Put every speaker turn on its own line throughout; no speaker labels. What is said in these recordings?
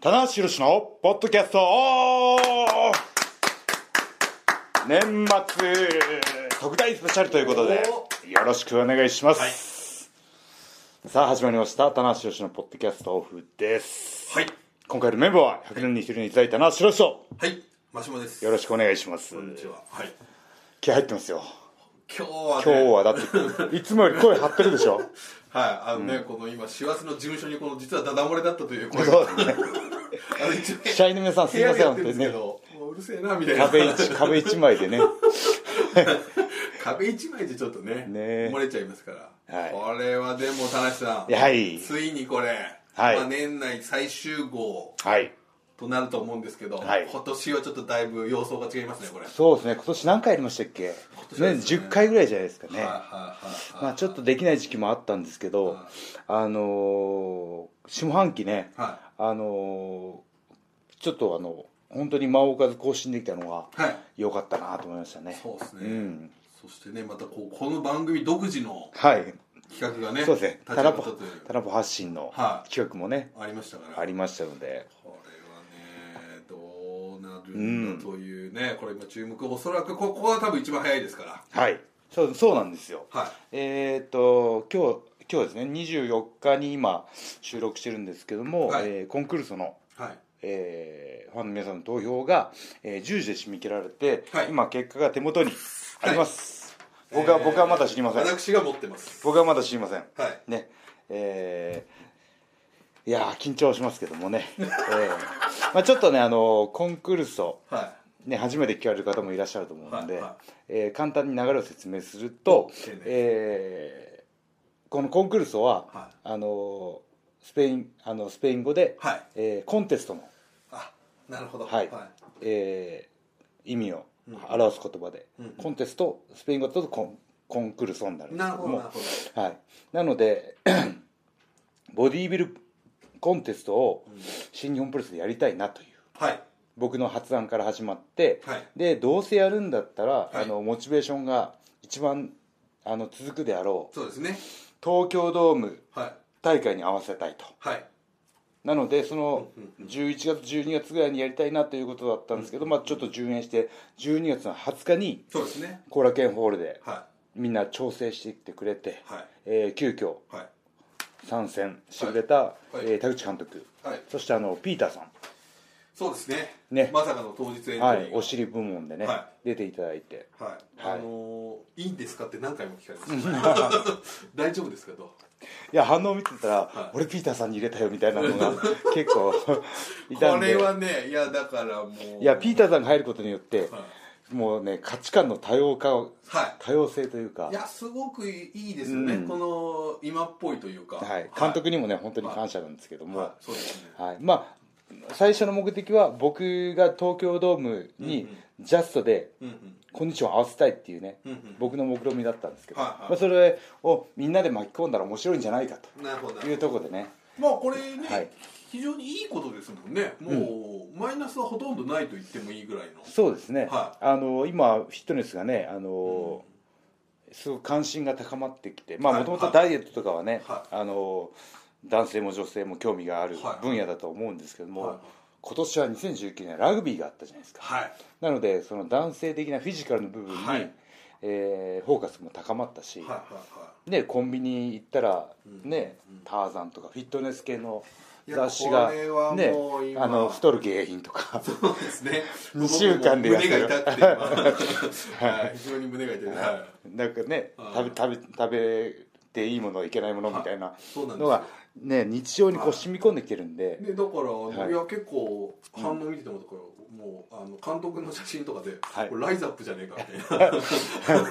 棚橋宏のポッドキャストオフ年末特大スペシャルということでよろしくお願いします、さあ始まりました棚橋宏のポッドキャストオフです
はい。
今回のメンバーは100年に一人にいただいた棚橋宏と
はい。マシモです。
よろしくお願いします
こんにちは。はい。
気合入ってますよ
今日は、ね、
今日はだっていつもより声張ってるでしょ
はい。あのね、この今、師走の事務所に、この実はダダ漏れだったという声が、
そうですね
あの一応、
社員の皆さんす
部
い
屋
ま
で
せん本当に
やってるんですけ
ね
ど、もううるせえな、みたいな。
壁一壁一枚でね
壁一枚でちょっとね、
ね
漏れちゃいますから。
はい
これはでも、田無さん。
はい
ついにこれ、
はい
まあ、年内最終号
はい
となると思うんですけど、
はい
今年はちょっとだいぶ様相が違いますね、これ。
そうですね今年何回やりましたっけ、ね、
年はですね
10回ぐらいじゃないですかね、
はいはいはいはい。
まあ、ちょっとできない時期もあったんですけど、あのー下半期ね、
は
あのーちょっとあの本当に間を置かず更新できたのは
はい。
良かったなと思いましたね
そうですね。
うん
そしてね、またこう、この番組独自の、
はい
企画がね
そうですね
立
タ
ち上が
ラ
っ
ポ
たという
タラポ発信の
はい
企画もね、
ありましたから
ありましたので
これはねどうなるんだというね、これ今注目おそらくここが多分一番早いですから
はいそうそうなんですよ
はい
えっ、と今日今日ですね24日に今収録してるんですけども、
はい
えーコンクルーソの
はい
えーファンの皆さんの投票が、えー10時で締め切られて、
はい
今結果が手元にあります、僕は、
えー
僕はまだ知りません
私が持ってます
僕はまだ知りません
はい
ねえーいやー緊張しますけども ね、えーまあ、ちょっとねあのコンクルーソ
は
ね、初めて聞かれる方もいらっしゃると思うんで、
はいはい
えー簡単に流れを説明すると
丁寧に、
えーこのコンクルーソは、
はい
あのスペインあのスペイン語で、
はい
えーコンテストの
あなるほど
はい
は
えー意味を表す言葉で、
うん
コンテストスペイン語だとコンコンクルソンになるん
い
です
な
けど
るほどなる
も
ほど
はい、なので ボディービルコンテストを新日本プロレスでやりたいなという
はい
僕の発案から始まって、
はい
でどうせやるんだったら、
い
あのモチベーションが一番あの続くであろう
そうですね
東京ドーム
はい
大会に合わせたいと
はい
なのでその11月12月ぐらいにやりたいなということだったんですけど、まあ、ちょっと順延して12月の20日に
そうですね
後楽園ホールで
は
みんな調整してきてくれて、
はい
えー急遽
いはい
参戦してくれた、
い
えー田口監督、
はい
そしてあのピーターさん、
そうですね
ね
まさかの当日エントリーが
はい、お尻部門でね、
は
出ていただいて
はい
はい
あのーいいんですかって何回も聞かれます 大丈夫ですかと
いや反応見てたら、
い
俺ピーターさんに入れたよみたいなの が結構いた
こ
んで
れはねいやだからもう
い
い
やピーターさんが入ることによって、もうね価値観の多様化を
は
多様性というか
いいやすごくいいですよね、
うん
この今っぽいというか
はい、監督
に
にもね、本当に感謝なんですけども、
はい
は、
そうですね
いまあ、最初の目的は、僕が東京ドームにジャストで
うんうん
コンディションを合わせたいっていうね、
うんうん
僕の目論見みだったんですけど、
はいはい
まあ、それをみんなで巻き込んだら面白いんじゃないか
なるほどな
とい
る
うところでね、
ほどまあこれね、
はい
非常にいいことですもんねもう、マイナスはほとんどないと言ってもいいぐらいの
そうですね、
は
あの今、フィットネスがね、あのすごく関心が高まってきて、も
はい
ともとダイエットとかはね、
は
あの男性も女性も興味がある
はい
分野だと思うんですけども、
はい
今年は2019年、ラグビーがあったじゃないですか。
はい
なのでその男性的なフィジカルの部分に、
はい
えーフォーカスも高まったし、
はいはいは
ね、コンビニ行ったら、
うん
ねターザンとかフィットネス系の
いや
雑誌が
これは、
ね
もう、今
あの太る原因と か
いそうですね
二週間でやっ
僕
て
も胸
る
が痛く て今はい非常に胸が痛いです、はい
なんかね
あ
食べ食べ食べていいものいけないものみたいな
そうなんです
の
よ
が、ね、日常にこ
は
う
い
染み込んできてるんで、
でだから、
はい
い、や結構反応見ててもだから、もうあの監督の写真とかで、
はい
これライズアップじゃねえかみ たいな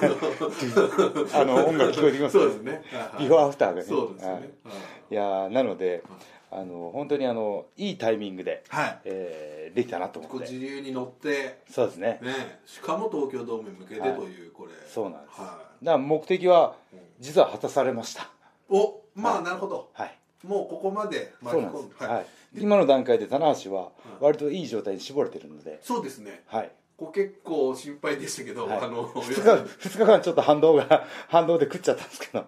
あの音楽聞こえてきます
そ
よ
うですね
ビフォーア
フ
フターがね
そうですね
はいいやーなのであの本当にあのいいタイミングで、
はい、はい
えーできたなと思
ご
って
自由に乗って
そうですね
ねしかも東京ドームに向けて
はい
という、これ
そうなんです、
は
だから目的は
うん
実は果たされました
い、おまあ、
はい
なるほど
はい
もうここまで
そ
巻
う
き
なんで
込
す
ん、で
はい今の段階で棚橋は
うん
割といい状態に絞れてるので、
そうですね
はい、
こう結構心配でしたけど、
はい
あの
2, 日間ちょっと反動が反動で食っちゃったんですけど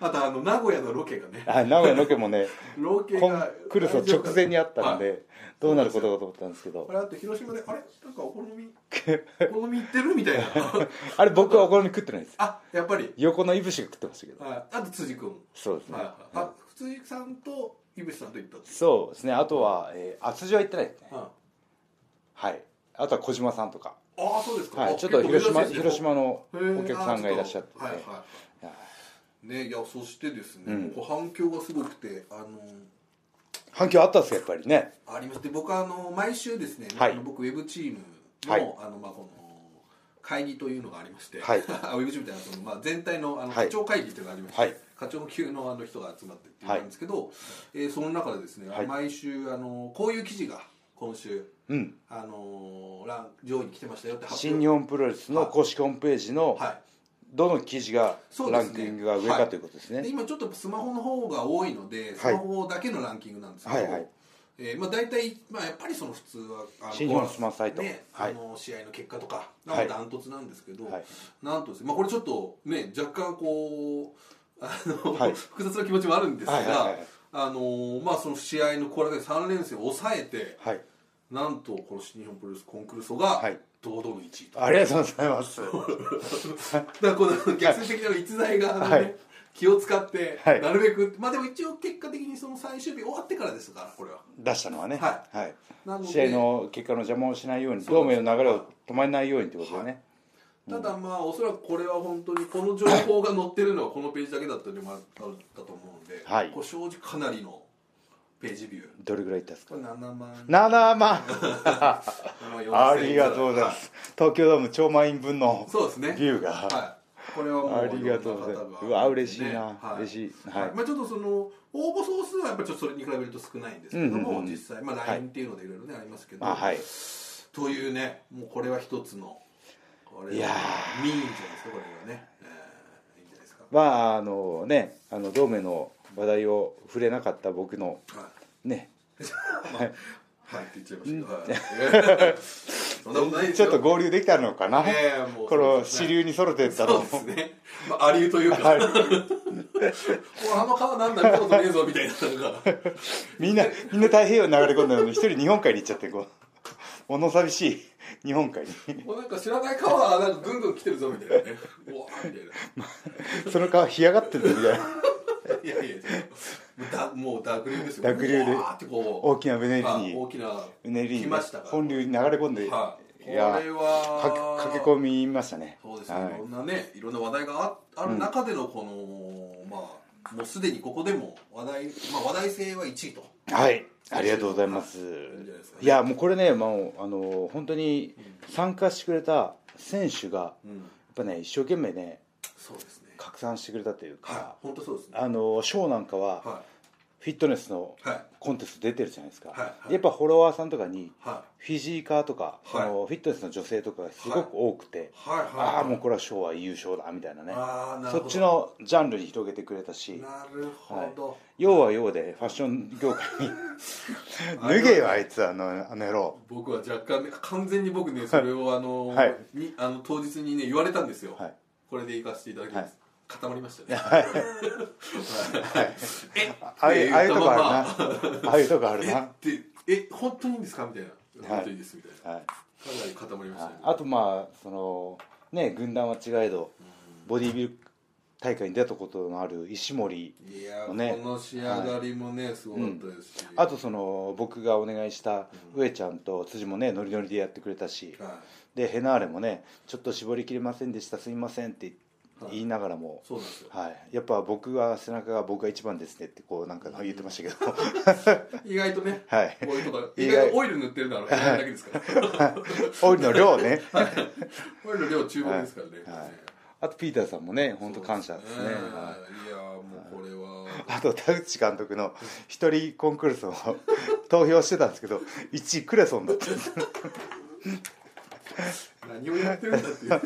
あとあの名古屋のロケがね
あ名古屋のロケもね
ロケ
コン
が
クルスの直前にあったん
はい
でどうなることかと思ったんですけど
あれあと広島であれなんかお好みお好み行ってるみ たいな
あれ僕はお好み食ってないです
あやっぱり
横のいぶしが食ってましたけど
はいあと辻君
そうですね
はいはいあ辻さんと井口さんと行ったっていう
そうですねあとは、えー、厚地は行ってないですね
はい
はいあとは小島さんとか、
ああそうですか、
はい、
あ
ちょっと広島
結構珍しいで
広
すね
島のお
へえ
客さんがいらっしゃって、
あーちょっとはいはいねいやそしてですね、こう反響がすごくてあの
反響あったんですかやっぱりね
ありまして僕はあの毎週ですね、
はい
あの僕ウェブチームの,、
はい
あのまあこの会議という のがありまして、
はい
ウェブチームみたいなその、まあ、全体のあの
はい
課長会議というのがありまして、
はい
課長級のあの人が集まってっていうのがあるんですけど、えーその中でですね、
はい
毎週あのこういう記事が今週
うん
あのラン上位に来てましたよって発
新
表
日本プロレスの公式ホームページの
はい
どの記事が
そうで
ラ
す
ン
ね
キングが上かということです
で
ね
今ちょっとスマホの方が多いのでスマホだけのランキングなんですけど、
はいはい
えーまあ、大体、まあ、やっぱりその普通はあ
新日本のスマホサイト
ね
はい
あの試合の結果とか
はい
ダントツなんですけど、
はい
なんとですね、まあ、これちょっとね若干こうあの、
はい
複雑な気持ちもあるんですが、
はいはいはい
あのまあ、その試合のこれだけ3連戦を抑えて
はい
なんとこの新日本プロレスコンクルーソが
はい
堂々の1位と、
ありがとうございます
だからこの逆説的な逸材が、あのね
はい
気を使って、
はい
なるべくまあでも一応結果的にその最終日終わってからですからこれは
出したのはね、
はいなので
試合の結果の邪魔をしないように
そ
同
う
盟
です
の流れを止まれないようにということでね、
ただまあおそらくこれは本当にこの情報が載ってるのはこのページだけだったのもあったと思うので、
はい
これ正直かなりのページビュー
どれぐらいいったんですか
これ7万
7万
7万4千
ありがとうございま
は
す東京ドーム超満員分の
いそうですね
ビューが、
はいこれはもう
ありがとうござい
ろん
ま
な
す
方
う
が
わ嬉しいな、
ねは
嬉しいは
はいい、まあ、ちょっとその応募総数はやっぱりちょっとそれに比べると少ないんですけども、
うんうんうん
実際、まあ、LINE っていうのでいろいろね、ありますけど、
あはい
というねもうこれは一つのこれはい
や
民意じゃないですかこれはね、えーいいんじゃないですか、
まああのねあの同盟の話題を触れなかった僕の
はい
ね
はいって言っちゃいましたけど、はいそんなことない です
ち
よ
ょっと合流できたのかな、
ええもう
この支流にそれてった
そう
の
ですね、まあ、ありうというか、 もうあの川なんだ見たことねえぞみたいになったから
みんなみんな太平洋に流れ込んだのに一人日本海に行っちゃってこう物寂しい日本海に
もうなんか知らない川がなんかぐんぐん来てるぞみたいなねうわーみたいな
その川干上がってるみたいない
やいやだもう濁流ですよ
濁流で
うわーってこう
大きなうねり
あ大
に
きな
うねりに
来ましたから
本流に流れ込んで、
はいこ
い
れ
や
は
か駆け込みましたね
そうですね、
はい
い、ろんなねいろんな話題があある中でのこの、まあもうすでにここでも話題、まあ、話題性は1位と
はい、ありがとうございます。
いいんじゃないですかね
いや、もうこれね、もう、あの、本当に参加してくれた選手が。
うん
やっぱね、一生懸命ね、
そうですね
拡散してくれたという
は
か。
い本当そうですね
あの、ショーなんかは、
は
フィットネスの
いはい
コンテスト出てるじゃないですか。
はいはい
やっぱフォロワーさんとかに、
は
フィジーカーとか、
はい
あの、フィットネスの女性とかがすごく多くて。
いはいはい
ああ、もうこれはショーは優勝だみたいなね。
あーなる
そ
ほど
っちのジャンルに広げてくれたし。
なるほど、
要は要でファッション業界 に脱げよあいつあのあの野郎
僕は若干ね完全に僕ねそれをあの,、
はい
にあの当日にね言われたんですよ、
はい
これで行かせていただきます、
はい
固まりましたね、え
ああいうああいうとこあ
る
る なああいうとこあるな
えってえ本当にいいんですかみたいな
はい
本当にいいですみたいな、
はい
かなり固まりましたね
あとまあそのね軍団は違えどボディビル大会に出たことのある石森
いやー、
ね
この仕上がりもね、すごかったですし、
あとその僕がお願いした上ちゃんと辻もねノリノリでやってくれたし
はい
でヘナーレもねちょっと絞りきれませんでしたすみませんって言いながらも
そうなんですよ
はいやっぱ僕が背中が僕が一番ですねってこうなんか言ってましたけど
意外とね、
はい
こういうとこ
意
意
外
外とオイル塗ってるならヘナだけですから
オイルの量 ね
オイルの量注目ですからね、
はいあとピーターさんもね本当感謝ですね
いや
はい
ーもうこれは、
あと田口監督の一人コンクールスを 投票してたんですけど1位クレソンだったんです
何をやってるんだっていう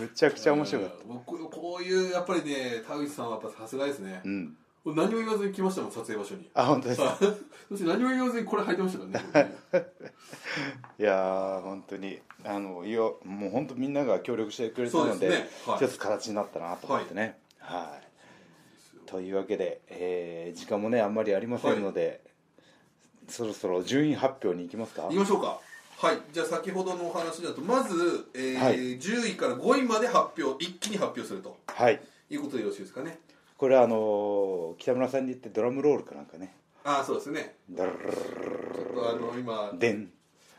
むちゃくちゃ面白かった
たここういうやっぱりね田口さんはやっぱさすがですね
う、ん
何も言わずに来ましたもん撮影場所に
あ本当ですか
そして何も言わずにこれ履いてましたからねこれね
いやー本当にあのいやもう本当みんなが協力してくれたの
そう
で
ですねはい
一つ形になったなと思ってねはいというわけで、えー時間もねあんまりありませんので、そろそろ順位発表に行きますか
行きましょうかはいじゃあ先ほどのお話だとまず、えー
はい
10位から5位まで発表一気に発表すると
はい
いうことでよろしいですかね
これはあのー北村さんに言ってドラムロールかなんかね
ああそうですね
ダララララ
ちょっとあの今
でん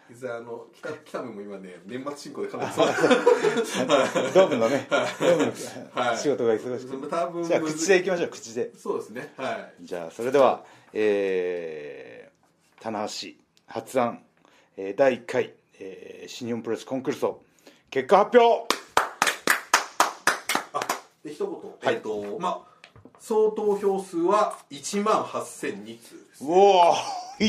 実はあの北北見も今ね年末進行でかなりそう
ドームのねドーム
は
の
い
仕事が忙しくて
多分
じゃあ口でいきましょう口で
そうですねはい
じゃあそれではえー、棚橋発案、えー第1回、えー新日本プロレスコンクルーソ結果発表
で一言、
はい
えっ、とまあ総投票数は1万8002通です
うおー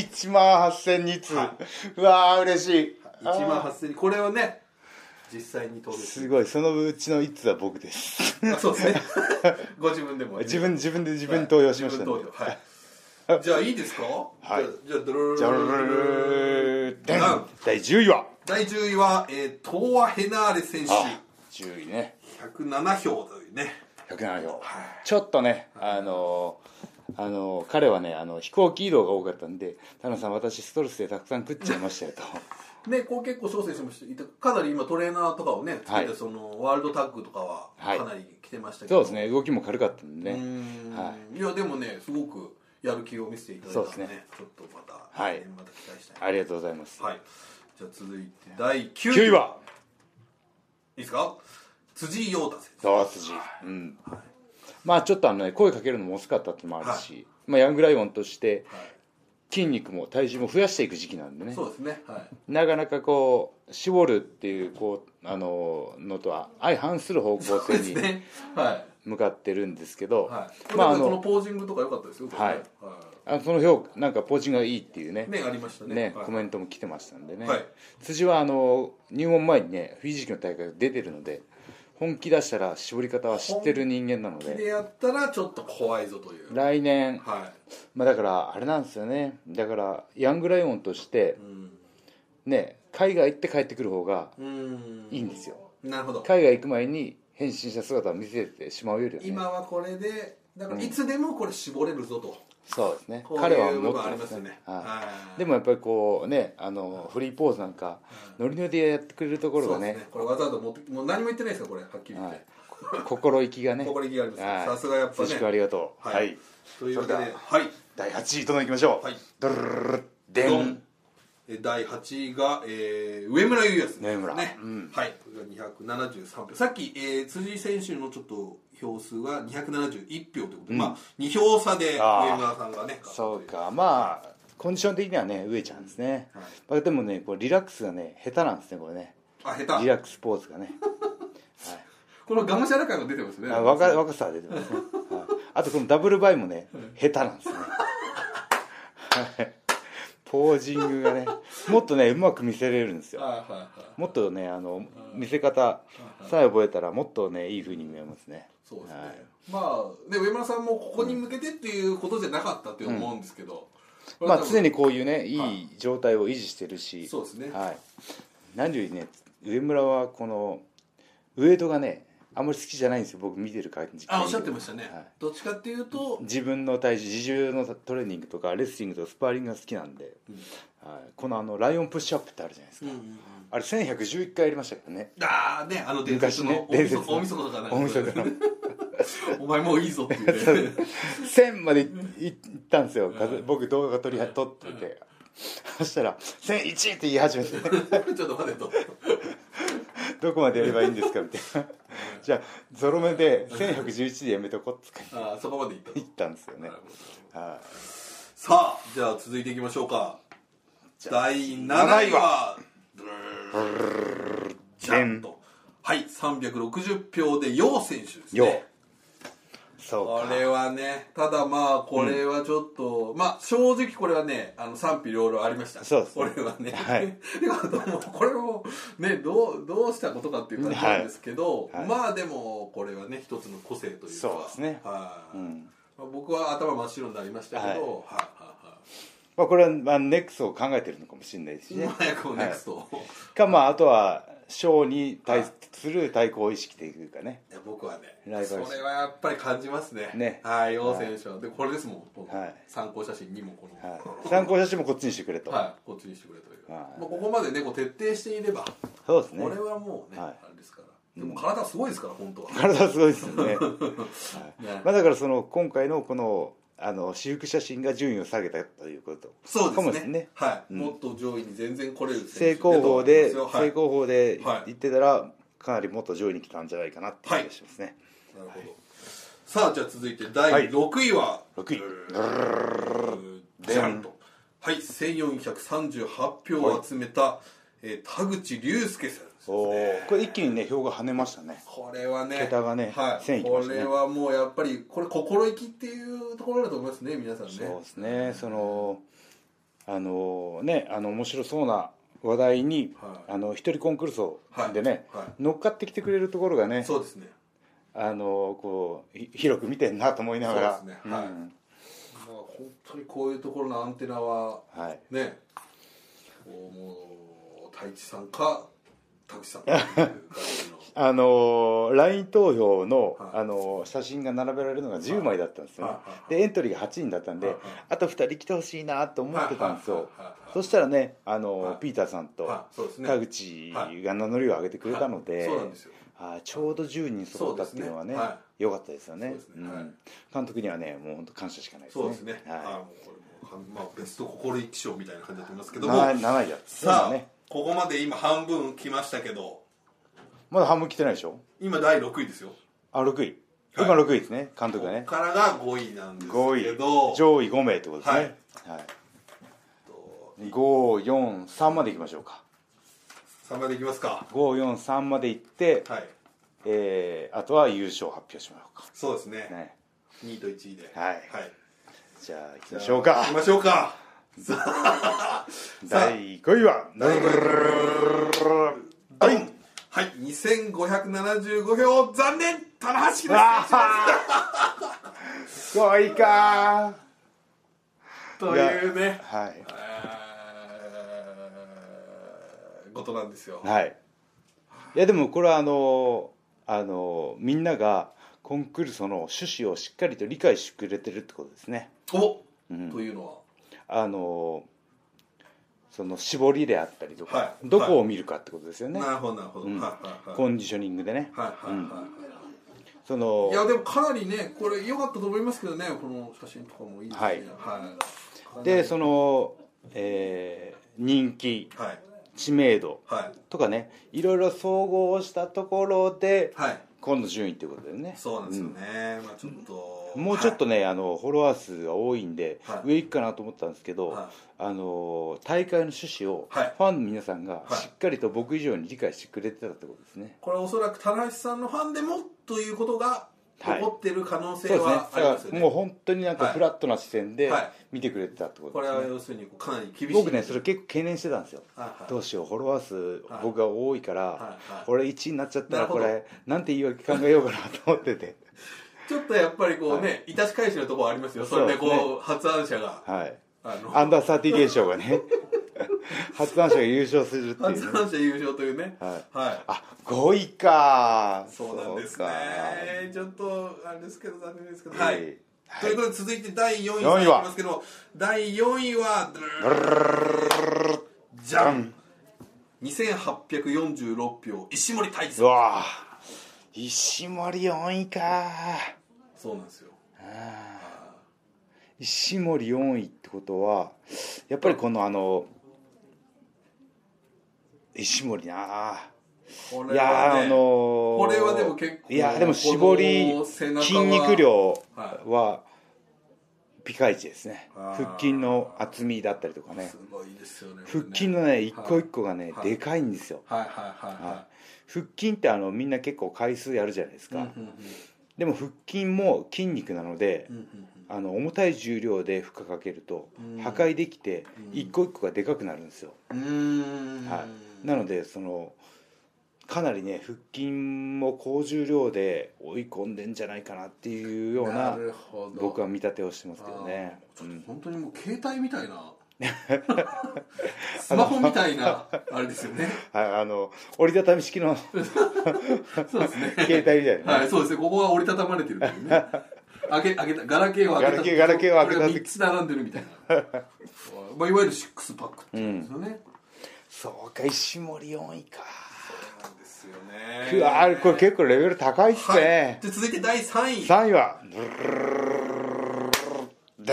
1万8002通、
は
うわー嬉しい
1万
あ
8002これをね実際に投票
ー
す
す
る
ごいそのうちの1通は僕です
あそうですね ご自分で も
自分自分で自分に投票しましたね、
はい自分投票はいじゃあいいですか
はい
じゃあじゃあドロ
じゃるるるるでん第10位は
第10位は、えー、トーア・ヘナーレ選手
あ10位ね
107票というね
107票ちょっとねあのーあのー彼はねあの飛行機移動が多かったんで「田野さん私ストレスでたくさん食っちゃいましたよ」と
ね、こう結構翔選手もいてかなり今トレーナーとかをねつけて、
はい
そのワールドタッグとかは
はい
かなり来てました け
そう
ど、
ですね動きも軽かったんで
う
ね
ーん、
はい
やでもねすごくやる気を見せていただいたので,、
そうですね
ちょっとまた、
はい
また期待したい
ありがとうございます
はいじゃあ続いて第9位
9位はい
いですか辻井陽太選手
沢筋うんまあちょっとあのね声かけるのも遅かったってのもあるし、まあ、ヤングライオンとして
はい
筋肉も体重も増やしていく時期なんでね
そうですねはい
なかなかこう絞るっていうこうあののとは相反する方向
そうで
性
す
に
ねはい
向かってるんですけど、
はい
まああ
この
の
ポージングとか良かったですよこれね
はいあのその評価なんかポーチングがいいっていうね
ねありましたね
ね
はい
コメントも来てましたんでね、
はい
辻はあの入門前にねフィジークの大会出てるので本気出したら絞り方は知ってる人間なの
で
で
やったらちょっと怖いぞという
来年、
は
まあ、だからあれなんですよねだからヤングライオンとして
いうん
ね海外行って帰ってくる方が
うん
いいんですよ
なるほど
海外行く前に変身した姿を見せてしまうよりはね
今はこれでだからいつでもこれ絞れるぞと、
そうですね
こう
彼は
いう部
持
分あ
っ
り
てま
ますす
ね
よね
はい
はい
でもやっぱりこうねあのフリーポーズなんかノリノリでやってくれるところが
そうです
ね
これわざわざ持ってもう何も言ってないですよこれはっきり言っ
は
て、
い心意気がね
心意気があります
はい
さすがやっぱね
藤君ありがとう
は
はいい
というわけ
そ
で
れでは
はい
第8位どんどんいきましょう
はい
ドルルルルルで
ド
ん
ンえ第8位が、えー上村優也選手
上村
ね、
うん
はいこれが273票さっき、えー辻井選手のちょっと票数が271票ということで、まあ2票差で
あー
上村さんがね
そう
勝
かまあコンディション的にはね上ちゃんですね
はい
まあでもねこうリラックスがね下手なんですねこれね
ったというあ下
リ
手
ラックスポーズがねはい
このがむしゃら感が出てますね
あ若若さは出てますね、はいあとこのダブルバイもね下手なんですね、はい、ポージングがねもっとねうまく見せれるんですよ
はいはいはい
もっとねあの見せ方さえ覚えたらもっとねいいふうに見えますね
そうですね、
はい
まあね上村さんもここに向けてっていうことじゃなかったって思うんですけど、
まあ常
に
にこういうねいい状態を維持してるし
そうですね
はい、何よりね上村はこのウエイトがねあんまり好きじゃないんですよ僕見てる感じ
あおっしゃってましたね、
はい
どっちかっていうと
自分の体重自重のトレーニングとかレスリングとかスパーリングが好きなんで、はいこのあのライオンプッシュアップってあるじゃないですか、あれ1111回やりましたから ね
ああねあの伝説の
昔ね伝説の
大晦日とかなんか
大晦日の
お前もういいぞっていう ね
1000までいったんですよ、数僕動画撮り撮ってて、そしたら「1001!」って言い始めて
ちょっと待てと
どこまでやればいいんですかみたいなじゃあゾロ目で1111でやめとこうって
あーそこまでいったと
言ったんですよねは
さあじゃあ続いていきましょうか第7位はじゃんとはい360票で楊選手です
いよう
ね
そ
こ
うか
れはねただまあこれはちょっと、まあ正直これはねあの賛否両論ありました
そうですね
これはね、
はい
であともうこれもねどうどうしたことかっていう感じなんですけど、
はいはい
まあでもこれはね一つの個性というか
そうですね
はい、
ん
まあ僕は頭真っ白になりましたけど、はい
はい
は
まあ、これは、まあ、ネクストを考えてるのかもしれないです
い
ね
はい、早くもネクストを、
かまああとは賞に対する対抗意識というかね
いや僕はね
ライバル
そ
心
れはやっぱり感じますね
ね
はい楊選手は、でこれですもんこ
は
の
い
参考写真にもこの、はい
はい参考写真もこっちにしてくれと、
こっちにしてくれという、
はい
まあ、ここまでねこう徹底していれば、
そうですね
これはもうね、
はい
あれですからでも体すごいですから本当は、
体すごいですよねはい
ね
まあだからその今回のこのあの私服写真が順位を下げたということ
そう
かも
で
し
す
れ
ね
ない
はい、もっと上位に全然来れる
正
選手
攻法で
出たと思いますよは
正
い
攻法で
はい
言ってたらかなりもっと上位に来たんじゃないかなって気がしますね、
なるほど、さあじゃあ続いて第6位は、
六位
えーじゃんとはい1438票を集めた、えー田口龍介選手
おーこれ一気にね票が跳ねましたね
これはね
桁がね
はい
1000いきま
こ
したね
れはもうやっぱりこれ心意気っていうところだと思いますね皆さんね
そうですねそのあのねあの面白そうな話題に、
はい
あの一人コンクルールをでね、
はいは
乗っかってきてくれるところがね
そうですね
あのこうひ広く見てんなと思いながら
そうです
う
ねはい
ん
まあ本当にこういうところのアンテナは
はい
ねこうもう太一さんか田口さんかっていう感 じの
あのー LINE 投票の、
はい
あのー写真が並べられるのが10枚だったんですよね、
はいはいはい
でエントリーが8人だったんで、
はいはい
あと2人来てほしいなと思ってたんですよ、
はいはいはいはい
そしたらね、あのー
はい
ピーターさんと
はいそうですね
田口が名乗りを上げてくれたので,、
はいそうなんですよ
あーちょうど10人揃ったっていうのはね
そうですねは
良かったですよね
そうですね
ん
はい
監督にはねもう本当感謝しかないですね
そうですね、ああ
は
もうこれもうまあ、ベスト心意気賞みたいな感じだと思いますけ
い、
ども
な7位だった
さあ、
今ね
ここまで今半分来ましたけど
まだ半分来てないでしょ
今第6位ですよ
あ6位、
はい
今6位ですね監督
ここ
がね
からが5位なんです
5
け
位
ど
上位5名ってことですね、はい543までいきましょうか
3までいきますか
543までいって、
はい
えーあとは優勝発表しましょう
そうですね
か、ね、
2位と1位では
はい
はい、
じゃあいきましょうか
行きましょうかさあ
第5位は
はいはい2575票残念棚橋です
5位か
というね
はい
えーことなんですよ
はいいやでもこれはあのあのみんながコンクルソの趣旨をしっかりと理解してくれてるってことですね
お、というのは
あのその絞りであったりとか、
はい
どこを見るかってことですよね、
なるほどなるほど、
うん
はいはいはい
コンディショニングでね、
はいはいはいはい、
その
いやでもかなりねこれ良かったと思いますけどねこの写真とかもいいですね
はい
はい
で
の
その、えー人気
はい
知名度
はい
とかねいろいろ総合したところで
はい
今度順位っていうことでね
そうなんですよね、まあちょっと
もうちょっとね、あのフォロワー数が多いんで、
はい
上行くかなと思ったんですけど、
は
あの大会の趣旨を、
はい
ファンの皆さんが
い
しっかりと僕以上に理解してくれてたってことですね、
これおそらく田橋さんのファンでもということが起
はい
こってる可能
そ
性
うですね
はあ
だ
ります
から
よね、
もう本当になんか
はい
フラットな視線で
はい
見てくれてたってこと
これ
ですね、
は要するにこうかなり厳しい
僕ねそれ結構懸念してたんですよ、
はいはい
どうしようフォロワー数僕が多いから、
いはい
俺1位になっちゃった
な
ら
るほ
こ
ど
れなんて言い訳考えようかなと思ってて
ちょっとやっぱりこうね、いたし返しのところありますよそれでこう
そう
発案者が
はい
あの
アンダーサーティゲー賞が ね発案者が優勝するってい
発
うね
案者優勝というね
は
はい
あ5位か
そうなんです
そうか
ねちょっとあれですけど残念ですけど
は
はいい、ということで続いて第4位
四
に
位
いき
は
ますけど第4位はじゃん2846票石森大
う
さん
わあ石森4位か
そうなんですよ
石森4位ってことはやっぱりこのあの石森なあ
こ
い
れ
や
は
ー、
ね
あのー
これはでも結構
いやーでも絞り
この背中は
筋肉量
は
はピカイチですね
あー
腹筋の厚みだったりとかね
すごいですよね
腹筋のね一個一個がね
はい
でかいんですよ
はいはいはい
は
はい
腹筋ってあのみんな結構回数やるじゃないです
い
か
うんうん
でも腹筋も筋肉なので
うんうん
あの重たい重量で負荷かけると
うん
破壊できて
うん
一個一個がでかくなるんですよ
うんうーん
はい、なのでそのかなりね腹筋も高重量で追い込んでんじゃないかなっていうような
るほど
僕は見立てをしてますけどね
あーちょっと本当にもう携帯みたいなスマホみたいなあれですよね
ああの折りたたみ式の
そうですね
携帯みたいなね
はいそうですねここが折りたたまれてるというね開け開けたガラケーを開けた
ガラケーガラケーを開けた
これが3つ並んでるみたいなまあいわゆるシックスパックっていうんですよね、
そうか石森4位か
なんですよね
うわあれこれ結構レベル高いっす
はい
ね、
で続いて第3位
3位は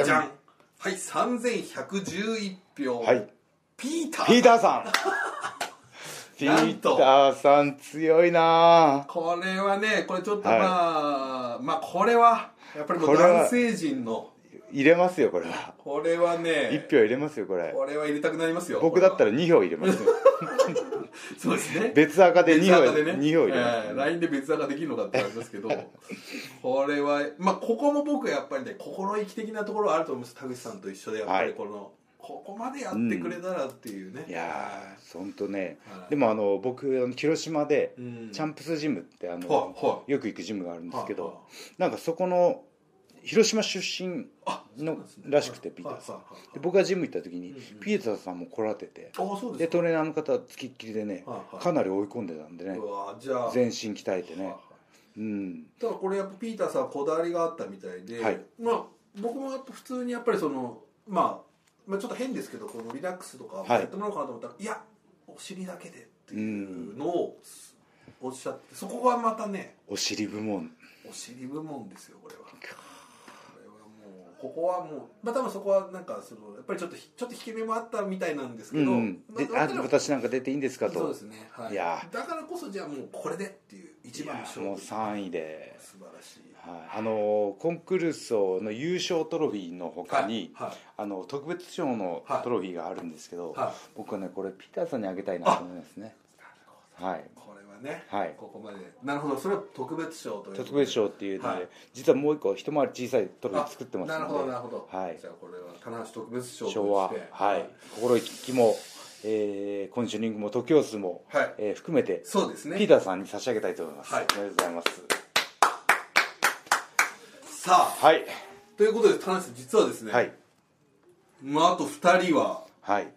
じゃんはい3111票
はい
ピーター
ピーターさんピ
なん
ータ
と
ーさん強いな
これはねこれちょっとま
はい
あ、まあこれはやっぱりもう
これは
男性陣の
入れますよこれは
これはね
1票入れますよこれ
これは入れたくなりますよ
僕だった
ら
ら2票入れますよ
そうですね
別赤で2
別
票
赤でね
二票入れ
えー
ます
LINE で別赤できるのかって話です けどこれはまあここも僕やっぱりね心意気的なところはあると思うんです田口さんと一緒でやっぱ
は
り
い
この、ここまでやってくれたらっていうね、
いやーほんとね
はい
でもあの僕あの広島で
うん
チャンプスジムってあの
はいはい
よく行くジムがあるんですけ
はいは
ど
い
なんかそこの広島出身
あ
の
そうなんですね
らしくてピーターさん
はいはいはい
で僕がジム行った時に
うんうん
ピーターさんも来られてて
あそうで
です
か
トレーナーの方はつきっきりでね
はいはい
かなり追い込んでたんでね
うわじゃあ
全身鍛えて
はい
ね
は
うん
いただこれやっぱピーターさんはこだわりがあったみたいで、
はい
まあ僕もやっぱ普通にやっぱりそのまあ、まあ、ちょっと変ですけどこのリラックスとか
はい
やってもらおうかなと思ったら、い、やお尻だけでっていうのをおっしゃってそこがまたね
お尻部門
お尻部門ですよこれはこれはもうここはもうまあ多分そこはなんかそのやっぱりちょっとひちょっと引け目もあったみたいなんです
う
けど、
ん
ま
で
あ
あ
だから
私なんか出ていいんですか
そう
と
ですね、はい、
いや
だからこそじゃあもうこれでっていう一
い
番の
や
勝負
もう3位で
素晴らしい
はいあのコンクルーソの優勝トロフィーのほかに、
はい
あの特別賞のトロフィーがあるんですけど、
はいはい
僕はねこれピーターさんにあげたいなと思いますねはい
これはね、
はい
ここまでなるほどそれは特別賞という
特別賞っていうので、
はい
実はもう一個一回り小さいトロフィー作ってます
あなるほど
の
なるほど、
はい
じゃあこれは棚橋特別賞
で
として
賞は、はい、心意気も、えーコンディショニングも徒競数も、
はい
えー含めて
そうですね
ピーターさんに差し上げたいと思います、
はい
ありがとうございます
さあ
はい
ということで棚橋実はですね、
はい
まあ、あと2人は
はい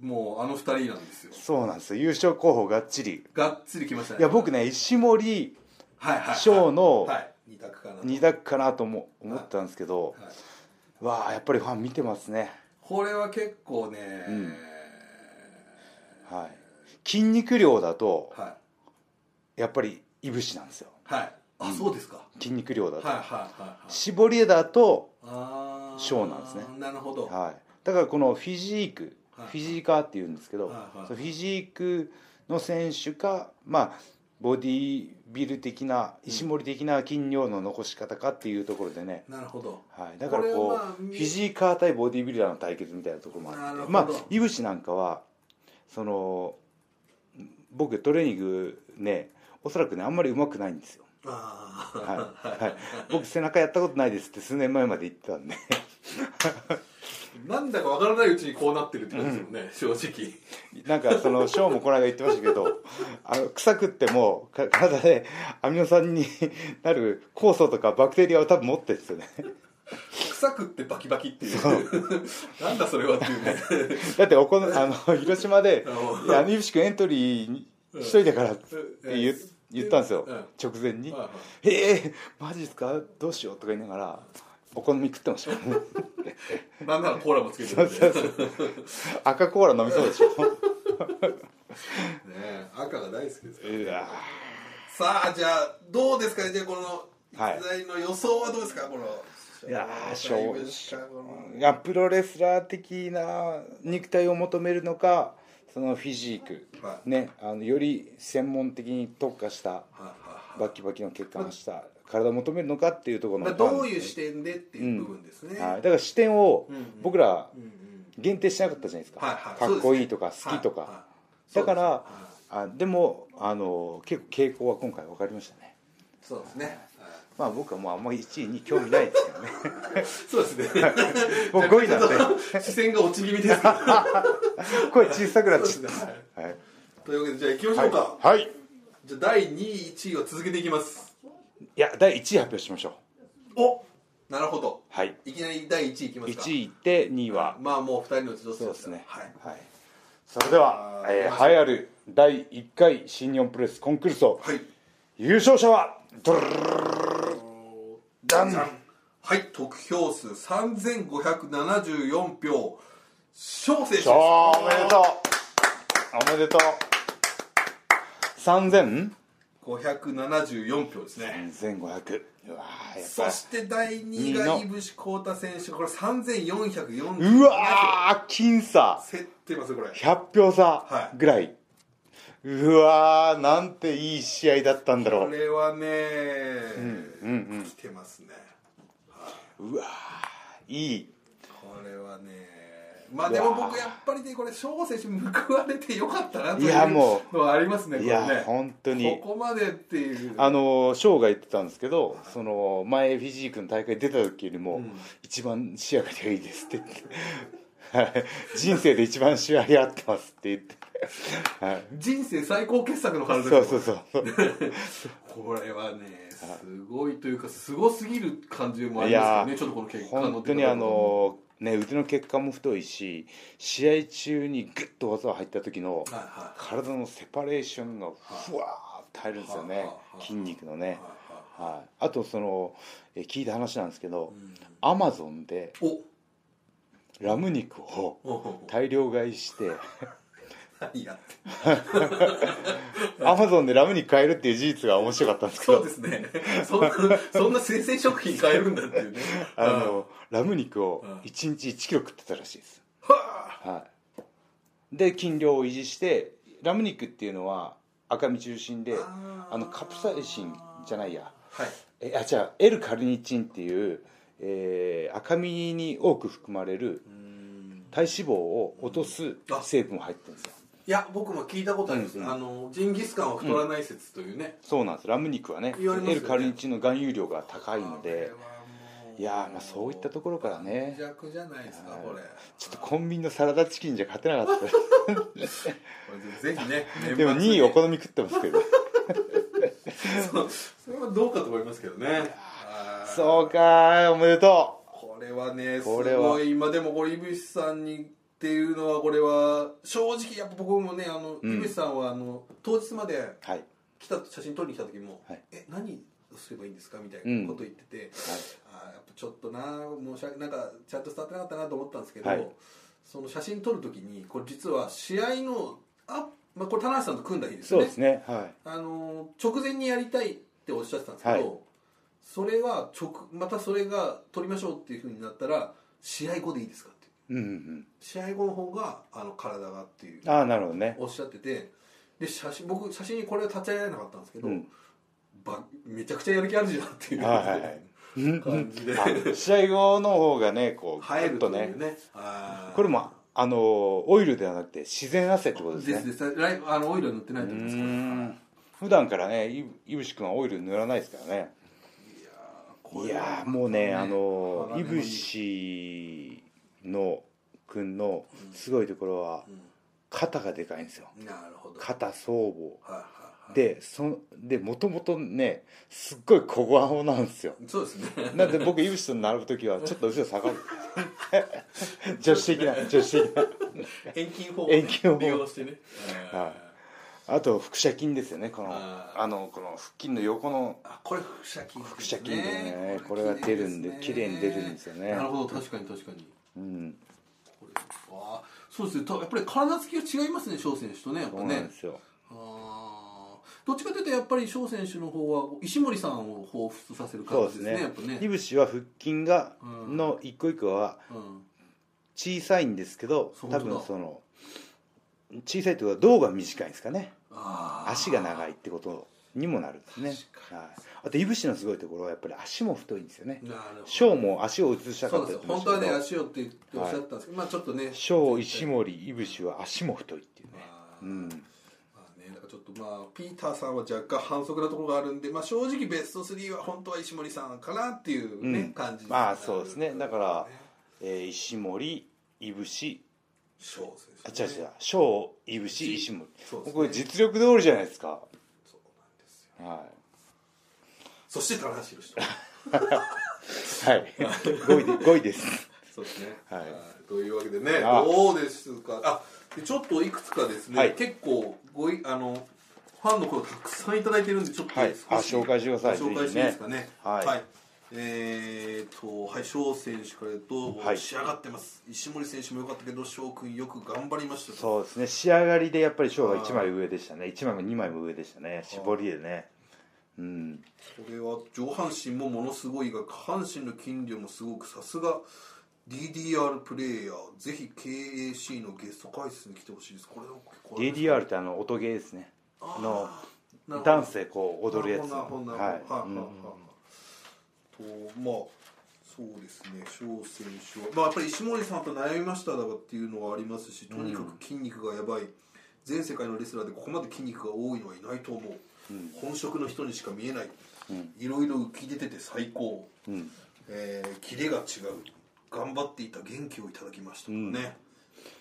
もうあの2人なんですよ
そうなんですよ優勝候補がっちり
がっつりきましたね
いや僕ね石森
はいはいはい
賞の
はい二択かなと
二択かなとも思ったんですけど、
はい
わあやっぱりファン見てますね
これは結構ね、
んはい筋肉量だと
はい
やっぱりいぶしなんですよ
はいあ、そうですか
筋肉量だと、
はいはいはいはい
絞りだと
あー
賞なんですね
なるほど、
はいだからこのフィジーク、
はい
フィジーカーっていうんですけど、
はいはい
そのフィジークの選手かまあボディービル的な石森的な筋量の残し方かっていうところでね、
なるほど
はい、だからこう
これはまあ
フィジーカー対ボディービルダーの対決みたいなところもあっ
なるほ
て
ど
まあ井渕なんかはその僕トレーニングねおそらくねあんまり上手くないんですよ、
ああ、
はい はい、僕背中やったことないですって数年前まで言ってたんで
なんだかわからないうちにこうなってるってことですもんね、正直
なんかそのショーもこの間言ってましたけどあの臭くってもか体でアミノ酸になる酵素とかバクテリアを多分持ってるんですよね
臭くってバキバキっていう なんだそれはっていう ね
だっておこのあの広島で
なる
「
ほ
い
ど
や井渕君エントリーしといたから」って言,、
うん
言ったんですよ、
うん
直前に
はいはい
「ええマジですかどうしよう」とか言いながらお好み食ってましたからね
なんならコーラもつけてるんで
赤コーラ飲みそうで しょ
ね赤が大好きですから
いや
さあじゃあどうですかねじゃあこの
はい
逸材の予想はどうですかこの
いやー
勝負
勝負
しかこの
ーいやプロレスラー的な肉体を求めるのかそのフィジーク、
はい
ね、あのより専門的に特化した
はいはい
バキバキの血管をした体を求めるのかっていうところ
ま
の
あ、どういう視点でっていう部分ですね、
はい、だから視点を
うんうん
僕ら
うんうん
限定しなかったじゃないですか、
はいはい
かっこいいとか
そう
好
ですね
きとか、
はいはい
だから、
そうです
あでもあの結構傾向は今回分かりましたね
そうですね、はい
まあ僕はもうあんまり1位に興味ないですけどね
そうですね。
もう5位 なんで
視線が落ち気味です。そ
声小さくな
う
っ
で
ち
す
ゃっ
ね。
た
はい
はい
というわけでじゃあ行きまし
は
ょう
い
か。
はい、い
じゃあ第2位1位を続けていきます。
や第1位発表しましょ
お、なるほど
はい
いきなり第1位いきますか
1位行って2位は
まあもう2人のうちどっち
そう
で
ですすね
はい
はい、それでは
あー
えー、栄えある第1回新日本プロレスコンクルール
はい
優勝者はドルルルルルダン
はい得票数3574票小選手です
おめでとうおめでとう3000
574票ですね
1500うわーやっ
そ
ぱ
して第2位
二位
が
の
井伏浩太選手これ3440
うわー僅差
競ってますよこれ
100票差
はい
ぐらい、うわーなんていい試合だったんだろ
こ
う
れはね、
うんうん
来てますね
うわーいい
これはねまあでも僕やっぱりねこれ翔吾選手報われてよかったなという
いやも
のはありますねこ
い
れね
や本当に
ここまでっていう
あのショーが言ってたんですけど、その前フィジークの大会出た時よりも、一番仕上がりがいいですって言ってはい人生で一番仕上がり合ってますって言って、はい、
人生最高傑作の体です
そうそうそう
これはねすごいというかすごすぎる感じもあ
い
ります
や
よねちょっとこの結果の出方
本当にあのね腕の血管も太いし試合中にグッと技が入った時の
はいは
体のセパレーションがふわーって入るんですよ
はい
ね
はいはい
筋肉の
い
ね、
は
はい、あとそのえ聞いた話なんですけど
いうん
アマゾンで
お
ラム肉を
おお
大量買いして
何やって
アマゾンでラム肉買えるっていう事実が面白かったんですけ
そう
ど
ですねそんなそんな生鮮食品買えるんだっていうね
あのラム肉を
うん
1日1キロ食ってたらしいです、
は
はい、で筋量を維持してラム肉っていうのは赤身中心で
あー
あのカプサイシンじゃないや
あはい
えあじゃあ L カルニチンっていう、えー赤身に多く含まれる
うん
体脂肪を落とす成分も入ってるんですよ
いや僕も聞いたことあります、
うんうん
あのジンギスカンは太らない説というね、
そうなんですラム肉はね
言われますよ
L
ね
カルニチンの含有量が高いの
これ
で
はもう
いやーまあそういったところからね
弱じゃないですか
はい
これ
ちょっとコンビニのサラダチキンじゃ勝てな かったです
これぜひね年末 に
でも2位お好み食ってますけど
そうそれはどうかと思いますけどねう
そうかーおめでと
これはねす
これは
ごい今でもこれ井口さんにっていうのはこれは正直やっぱ僕もねあの、
うん
井口さんはあの当日まで
うはい
来た写真撮りに来た時も「
はい
え何をすればいいんですか?」みたいなこと言ってて、あーやっぱちょっとな申し訳なんかちゃんと伝わってなかったなと思ったんですけど、
はい
その写真撮る時にこれ実は試合のあ、まあ、これ田中さんと組んだ日です
そう
よね
ですねは
あのー直前にやりたいっておっしゃってたんですけど、
はい
それは直またそれが撮りましょうっていうふうになったら試合後でいいですかって
いうんうん
試合後の方があの体がっていう
うんああなるほどね
おっしゃっててで写真僕写真にこれを立ち上げられなかったんですけど、
うん
ばめちゃくちゃやる気あるじゃんっていう
はいはいはい
感じで
あ試合後の方がねこう
生えると
と
いう
ね
ねあー
これもあのーオイルではなくて自然汗ってことです
で
ね
すですライあのオイルは塗ってないうと思いますこれ
ーん普段からねいいぶし君はオイル塗らないですからね
こ
い
れは
やーもうねあのーい
鋼の
ぶしの君のすごいところは肩がでかいんですよ
なるほど
肩僧帽
はいはいはい
でそでもともとねすっごい小顔なんですよ
そうですね
なんで僕井口と並ぶ時はちょっと後ろ下がる 女子的な女子的な
遠近法を
遠近法
利用してね
はいあと腹斜筋ですよねこの
あ
あ
ー
のこの腹筋の横の
あこれ腹斜筋
腹斜筋でねこれが出るんで綺麗に出るんですよね
なるほど確かに確かに
うん
これあーそうですねたやっぱり体つきが違いますね翔選手とねやっぱ
そうなん
ね
ですよ
あーどっちかというとやっぱり翔選手の方は石森さんを彷彿させる
そう
感
で
じ
す
ですね
ね
やっぱね
いぶしは腹筋が
うん
の一個一個は
うん
小さいんですけど
そう
多
本当
分
だ
その小さいというか胴が短いんですかね
あー
足が長いってことにもなるんですね
確、
はい、あといぶしのすごいところはやっぱり足も太いんですよね
なるほど
ショーも足を移したか
そう
っ
で
た
す
っ
よ
て言ってましたけど
本当はね足をって言っておっしゃったんですけど、まあちょっとね
ショー石森いぶしは足も太いっていうね
あー
うん
まあね、だからちょっとまあピーターさんは若干反則なところがあるんで、まあ、正直ベスト3は本当は石森さんかなっていう、ね
うん
感じになる
まあそうですねだから、えー石森いぶし
翔
あ
選手
違う
ね、
違う翔いぶし石森
そうですね
これ実力通りじゃないですか
そうなんですよ
は
そして棚橋宏斗
はい5位で5位です
そうですね。
はい
というわけでね、
あ
どうですか。あ、でちょっといくつかですね、
はい
結構ごいあのファンの声をたくさんいただいてるんでちょっと少し、
はいあ紹介してください
紹介していいですかね。
はい
えーとはい翔選手から言うと、
はい
仕上がってます石森選手も良かったけど翔くんよく頑張りましたと
そうですね仕上がりでやっぱり賞が1枚上でしたね1枚も2枚も上でしたね絞りでねうん
これは上半身もものすごいが下半身の筋量もすごくさすが DDR プレイヤーぜひ KAC のゲスト回数に来てほしいですこれは結構あれですね
DDR ってあの音ゲーですねの
なるほど
ダンスでこう踊るやつ
なるほどなるほど
は
はいいはいはいはいとまあそうですね翔選手は、まあ、やっぱり石森さんと悩みましただろうっていうのはありますしとにかく筋肉がやばい、全世界のレスラーでここまで筋肉が多いのはいないと思う、本職の人にしか見えない、いろいろ浮き出てて最高、
ん
えーキレが違う頑張っていた元気をいただきましたとかね、
だか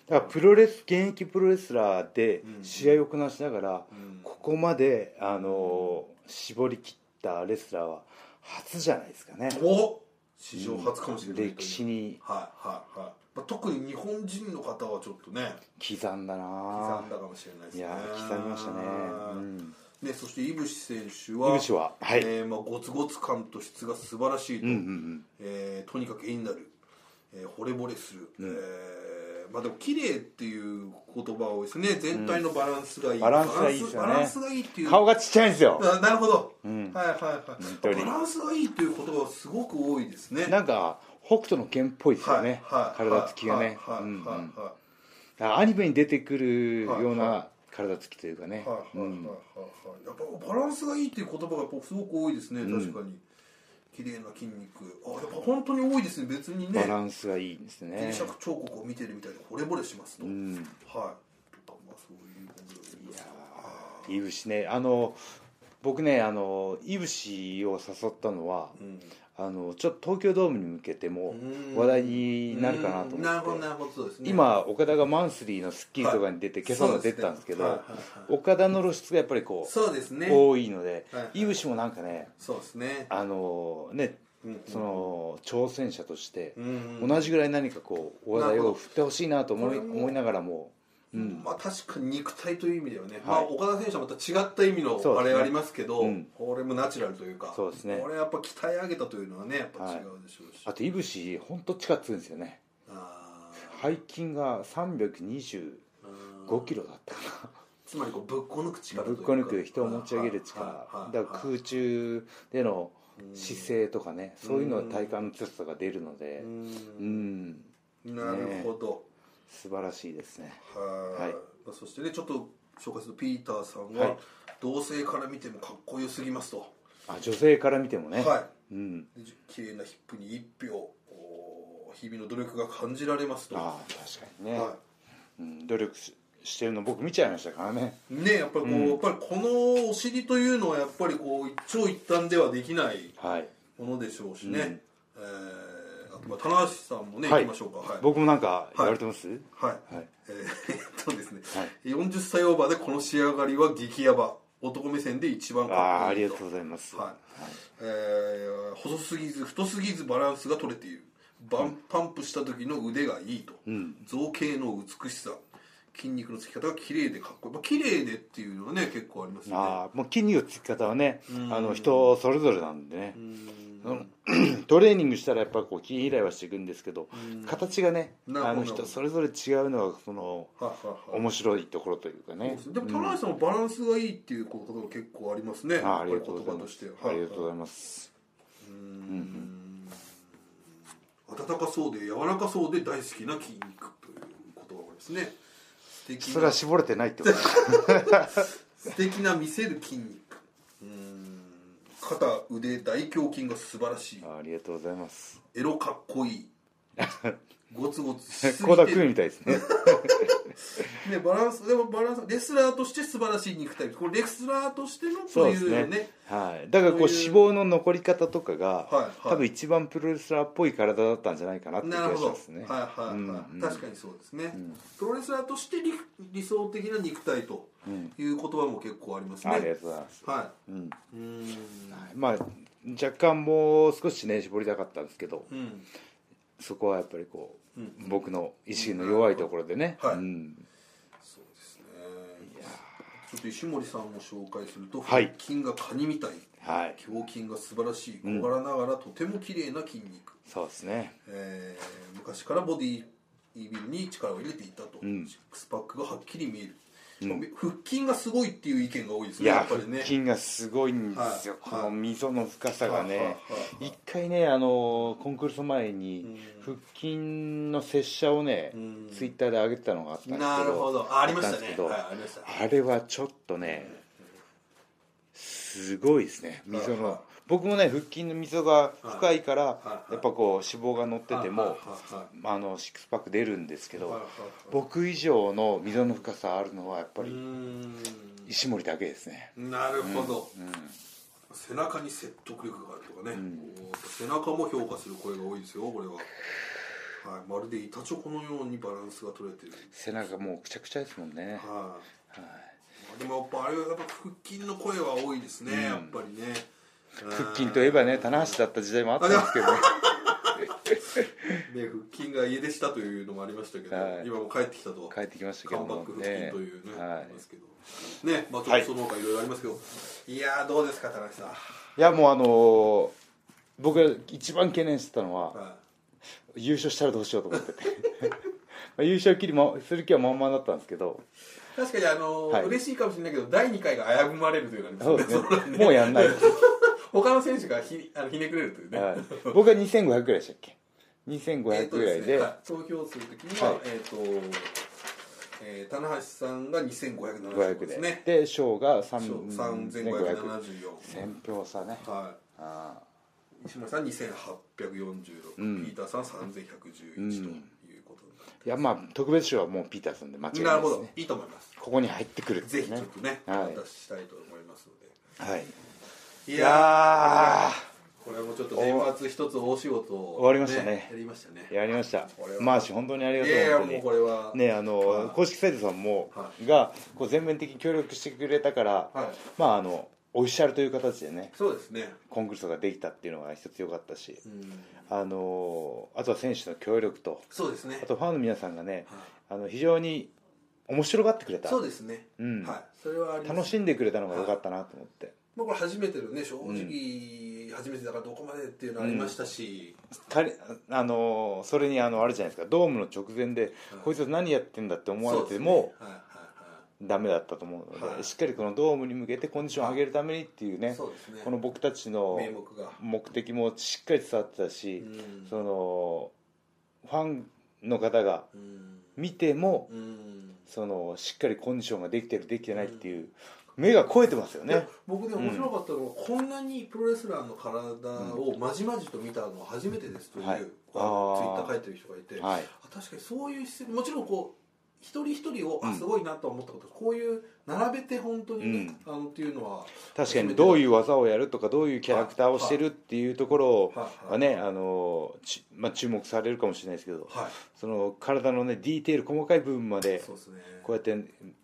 らプロレス現役プロレスラーで試合をこなしながら、ここまであのー絞り切ったレスラーは初じゃないですかね
お史上初かもしれないという、
歴史に
はいはいはい、まあ、特に日本人の方はちょっとね
刻んだな
刻んだかもしれないです
い
ね
やー刻みましたね、うん、
ねそして井伏選手は
井口ははい、
えーまあ、ゴツゴツ感と質が素晴らしいと、
うんうんうん
えーとにかく絵になる、えー惚れ惚れする、えーまあ、でも綺麗っていう言葉をですね全体のバランスがいい、
バランスがいいですよね
バランスがいいっていう
顔がちっちゃいんですよ
あなるほど、
ん
はいはい
当
は
に
いバランスがいいっていう言葉がすごく多いですね
なんか北斗の拳っぽいですよね、体つきがね、
はいはい
うんうん
はい
だからアニメに出てくるよう
はい
な体つきというかね、
はいはいはいはいはいやっぱバランスがいいっていう言葉がやっぱすごく多いですね確かに綺麗な筋肉あやっぱ本当に多いですね別にね
バランスがいいんですね
ギリシャ彫刻を見てるみたいに惚れ惚れしますと、
ん
はいとかまあそういうことです
いぶしねあの僕ねあのいぶしを誘ったのは
うん
あのちょっと東京ドームに向けても
うん
話題になるかなと
うんなるほ
思
ど
っ
な
て
るほどそうですね
今岡田がマンスリーの『スッキリ』とかに出て、
はい
今朝も出てたんですけど
そうですねはいはい
岡田の露出がやっぱりこう
そうですね
多いので、
はいはい
いぶしもなんかね
そうですね
あのね、
うん
その挑戦者として、
うん
同じぐらい何かこうお話題
なる
を
ほど
振ってほしいなと思い
これも
思いながらも
まあ確かに肉体という意味ではね、
はい
まあ、岡田選手はまた違った意味の
そう
あ
ですね
れありますけど、
うん
これもナチュラルというか
そうですね
これやっぱ鍛え上げたというのはねやっぱ違うでしょうし、
あといぶし本当力強いんですよね
あー
背筋が325キロだったか
つまりこうぶっこ抜く
な
力とい
ぶっ
うか
こ抜く人を持ち上げる力
はいはい
だ
はい
から空中での姿勢とかねそういうのは体幹の強さが出るので
う
うんん
なるほど、
素晴らしいですね
は
は
い
い
まあそしてねちょっと紹介するとピーターさん
は
は、
い
同性から見てもかっこよすぎますと、
あ女性から見てもね
は
う
い
ん
で綺麗なヒップに1票おー日々の努力が感じられますと
ああ確かにね
はい
うん努力ししてるの僕見ちゃいましたからね
ねやっぱりこう、やっぱりこのお尻というのはやっぱりこう一長一短ではできない
はい
ものでしょうしね、えーあとまあ棚橋さんもね、
はい
いきましょうかはい、
僕もなんか言われてます
はい
はい
えーえっとですね、40歳オーバーでこの仕上がりは激ヤバ男目線で一番
あ
か
ああ
っこい
り
い
が
と
とうございます
はいえー細すぎず太すぎずバランスが取れているバンパンプした時の腕がいいと、造形の美しさ筋肉のつき方が綺麗でかっこいい、まあ、綺麗でっていうのはね結構ありますよね
ああもう筋肉のつき方はねあの人それぞれなんでね
うん
その トレーニングしたらやっぱこう筋肥大はしていくんですけど形がね
なるほど
あの人それぞれ違うのがその
ははは
面白いところというかね
でも田中さんもバランスがいいっていうことが結構ありますね、
ああありがとうござい
やっぱり言葉
ま
とし
す
て
ありがとうご
は
ざいます
い温かそうで柔らかそうで大好きな筋肉という言葉がありますね素敵
それ
な
は絞れてない ってことだ
素敵な見せる筋肉うーん肩腕大胸筋が素晴らしい
あありがとうございます
エロかっこい いゴツゴツしすぎ
倖田
て
君
る
みたいですね
ねバランスでもバランスレスラーとして素晴らしい肉体これレスラーとしての
そ
そうう
で
い
す
うね
ねはいだからこう
そういう
脂肪の残り方とか
はいは
が
い
多分一番プロレスラーっぽい体だったんじゃないかなって気
なる
が
ほ
しま
ど
すね
はいはいはい、
うん
確かにそうですね、プロレスラーとして理理想的な肉体という言葉も結構ありますね、
ありがとうございます
はい
うん
うーん
まあ若干もう少しね絞りたかったんですけど
うん
そこはやっぱりこう、
うん
僕の意識の弱いところでね、
はい
うん
そうですねちょっと石森さんも紹介すると
はい
腹筋がカニみたい
はい
胸筋が素晴らしい
ん
小柄ながらとても綺麗な筋肉、
そうですね
えー昔からボディービルに力を入れていたと、
ん
シックスパックがはっきり見える、腹筋がすごいっていう意見が多いです
い
ねや
や
っぱりね
腹筋がすごいんですよ、
はい
この溝の深さが
はいはい
ね一回ねあのコンクールの前に
う
腹筋の拙者をね
うん
ツイッターで上げてたのがあったんですけど
なるほどあありました
あったんです
ね
けど
はいありました
あれはちょっとねすごいですね溝
はいはい
の僕もね腹筋の溝が深いから
はい
やっぱこう脂肪が乗ってて
はい
も
は
あのシックスパック出るんですけ
いはいはいはい
ど
はい
僕以上の溝の深さあるのはやっぱ
う
り
ー
石森だけですね
んなるほど、背中に説得力があるとかね、こう背中も評価する声が多いですよこれは、はい、まるで板チョコのようにバランスが取れてる
背中もうくちゃくちゃですもんね
はい、でもやっぱあれはやっぱ腹筋の声は多いですね、やっぱりね
腹筋といえばね棚橋だった時代もあったんですけどね
で腹筋が家出したというのもありましたけど、
はい
今も帰ってきたと
帰ってきましたけ
カ
ど
ムバッ
も
ク腹筋
ね
というね、
は
ありますけどねまあちょっとその他いろいろありますけど、い、やーどうですか田中さん、
い、いやもうあのー僕が一番懸念してたのは、
は
優勝したらどうしようと思って てまあ優勝きりもする気は満々だったんですけど
い、確かにあのー
はい
嬉しいかもしれないけど第2回が危ぶまれるというのがあります
そ
ね
うですね
それはね
もうやんない、はい、
他の選手がひ あのひねくれるというね、
僕は2500ぐらいでしたっけ
え
2500
ーと
ぐらい
ですね
で
はい投票するときには、
はい
えっ、と、えー、棚橋さんが2575
500
で
です
ね。
で賞が
そう
3500
3574。
千票差ね
は
あ
い。石森さん2846、
ん
ピーターさん3111ということになっ
ーいやまあ特別賞はもうピーターさんで間違
て
い
な
ない
る
で
ほ
す
ど
ね、
いいと思います。
ここに入ってくるって
ぜ
い
ひ
う
ちょっとね、
はい
お出ししたいと思いますので。
はい、い
い
や
これもちょっと年末一つ大仕事を、
終わりましたね
やりましたね
ー。やりました
これは
マーシー本当にありが
い
とう
やいや、
本当
もう
に
これは、
ねあの、
はい
公式サイトさんも、
は
がこう全面的に協力してくれたから、
はい
まああのオフィシャルという形でね
そうですね。
コンクルールができたっていうのが一つ良かったし、
うん、
あのあとは選手の協力と
そうですね
あ。とファンの皆さんがね、
はい
あの非常に面白がってくれた
そうですね、
うん
はいそれはあります
楽しんでくれたのが良かったなと思って、
まあこれ初めてのね正直初めてだからどこまでっていうのありましたし、
仮あのそれにあのあるじゃないですかドームの直前で、
はい
こいつ何やってんだって思われ
そう
て
ですね
も、
はいはい
ダメだったと思うので、
はい
しっかりこのドームに向けてコンディションを上げるためにっていう
は
ね
いそうですね
この僕たちの
名目が
目的もしっかり伝わってたし、
うん
そのファンの方が
うん
見ても、
うん
そのしっかりコンディションができてるできてないっていう目が超えてますよね、
僕でも面白かったのは、こんなにプロレスラーの体をまじまじと見たのは初めてですという、
はい
ツイッタ
あー
ー書いてる人がいて、
はい
あ確かにそういう姿勢もちろんこう一人一人を、
う
あ
ん
すごいなとは思ったことこういう並べて本当にね、あのっていうのは
確かにどういうう技をやるとかどういうキャラクターをしてるっていうところ
はい
はね、あのちまあ、注目されるかもしれないですけど、
はい
その体のねディテール細かい部分まで
そうですね
こうやって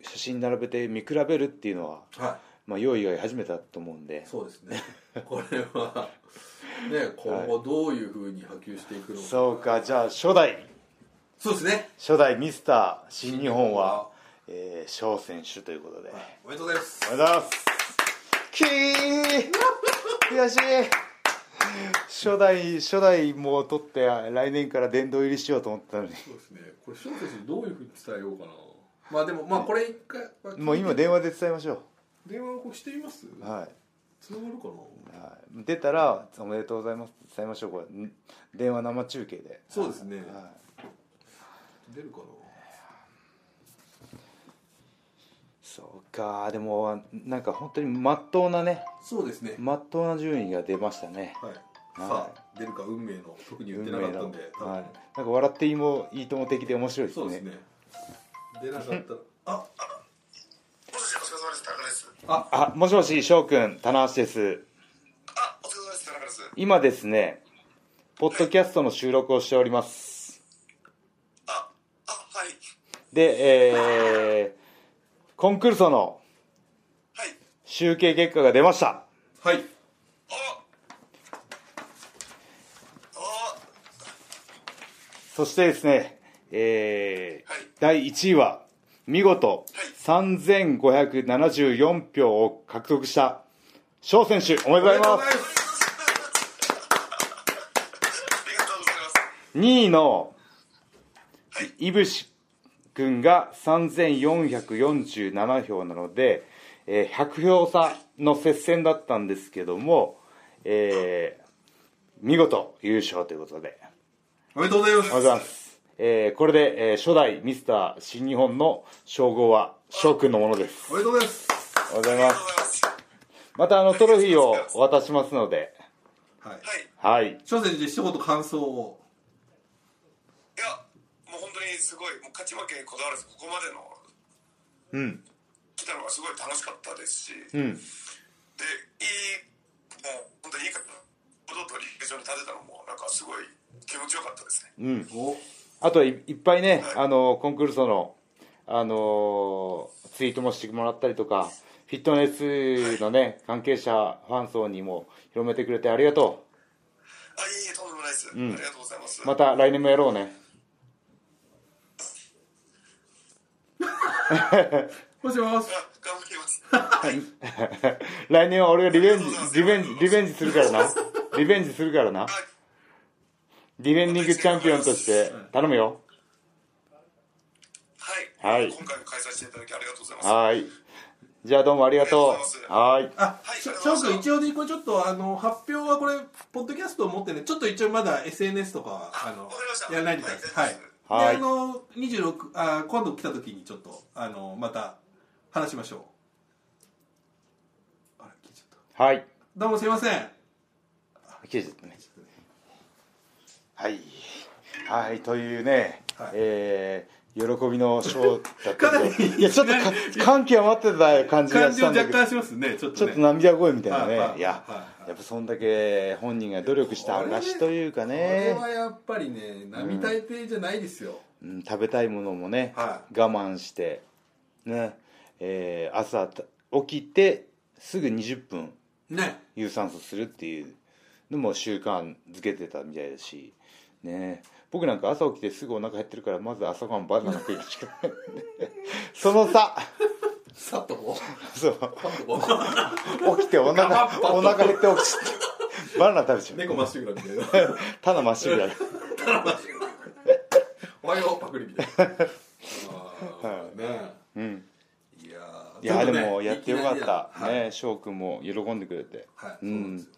写真並べて見比べるっていうのは、
はい
まあ、用意が始めたと思うんで
そうですね これはね今後どういうふうに波及していくのか、
そうかじゃあ初代
そうですね
初代ミスター新日本
は
はえー翔、選手ということで、
おめでとうございます
おめでとうございますキー悔しい初代初代もう取って来年から殿堂入りしようと思ったのに
そうですねこれ翔選手にどういうふうに伝えようかなまあでもまあこれ一回
もう今電話で伝えましょ
電話をこうしてみます
うは、
つながるかない
はい、出たら「おめでとうございます」って伝えましょうこれん電話生中継で
そうですね
は、
出るかない
そうかでもなんか本当にまっとうなね
そうですね
まっとうな順位が出ましたね
はいさあ出るか運命の特に言ってなかったんで多分
はい、なんか笑っていいもいいとも的で面白いですね
そうですね出な かったらあ
もしもし、お疲れ様です。田中です。
あもしもし翔くん棚橋です
あ、お疲れ様です。田中です。
今ですねポッドキャストの収録をしております
あ、あ、はい。
でえー、コンクルソの
はい。
集計結果が出ました
はい
あ、
そしてですね、えー
はい
第1位は、見事、
は
3574票を獲得した、翔選手、おめで
おめ
と
で
う
と
ご
うご
ざ
ざ
いま。
いますす
ありがとうございます。
2位の、いぶし君が3447票なので、えー100票差の接戦だったんですけども、えー見事優勝ということで。
おめでとうございます
おはようございます。えーこれで、えー初代ミスター新日本の称号は翔くんのものです。
おめでとうございます
おはようござい
あり
ま
がとう
す。
ございます。
またあのトロフィーをお渡ししますので、
はい
はい。
はい。
翔選手一言感想を
いや、もう本当にすごい、もう勝ち負けにこだわらず、ここまでの
うん。
来たのがすごい楽しかったですし、
う
で、いい、
ん。
もう本当にいい方、堂々と陸上に立てたのも、なんかすごい気持ちよかったですね。
うん。
お
あといいっぱいね、あのコンクルーソの、あのーツイートもしてもらったりとか、フィットネスのね、関係者、ファン層にも広めてくれてありがと
あ、いえいえ、とんでもないです。ありがとうございます。
う。また来年もやろうね。
もしもし
あ頑張ります。
来年は俺がリベンジ
ありがとうございま、す
リベンジ、リベンジするからな。リベンジするからな。ディフェンディングチャンピオンとして頼むよ。
はい、
はい
今回も開催していただきありがとうございます。
はーい。じゃあどうもありがと。
ありがとうございう
はーい。
あ、
はい
しょ翔くん一応でこれちょっとあの発表はこれポッドキャストを持ってねちょっと一応まだ SNS とかはあの
わかりました
やらないでくださいは、
はいい
であの26あ今度来た時にちょっとあのまた話しましょうあら消えちゃった
はい。
どうもすいません
消えちゃったね。はい。はい、というね、
はい
えー、喜びのショーだった
かな
け
り
ど、いや、ちょっとか感極まってた感じが
感
し
じを
たんだ
若
けど
干、しますねちょっ
ち
と
ょっ
ね
と涙声みたいな
はいは
ね。
い
いや
は、い
やっぱそんだけ本人が努力した証というか
こ
ね
れ、はやっぱりね並大抵じゃないですよ、
うん、食べたいものもね、
は
我慢して、ね、えー、朝た起きてすぐ20分
いね
有酸素するっていうのも習慣づけてたみたいだしね僕なんか朝起きてすぐお腹減ってるからまず朝ごはんバナナ食いましかない その差
さっとこ
そう
う
起きてお
ガ
腹
バッと
お腹減って起きちゃってバナナ食べちゃ
猫
う
まっしぐらみたいな
ただまっしぐら
おはようパクリみたいなあーね
うん
いやー
いや
ち
で
ょとね
もやってよかった
いきなりだ
ね翔くんも喜んでくれて
はい、は
う
い、そうなん
ん
ですよ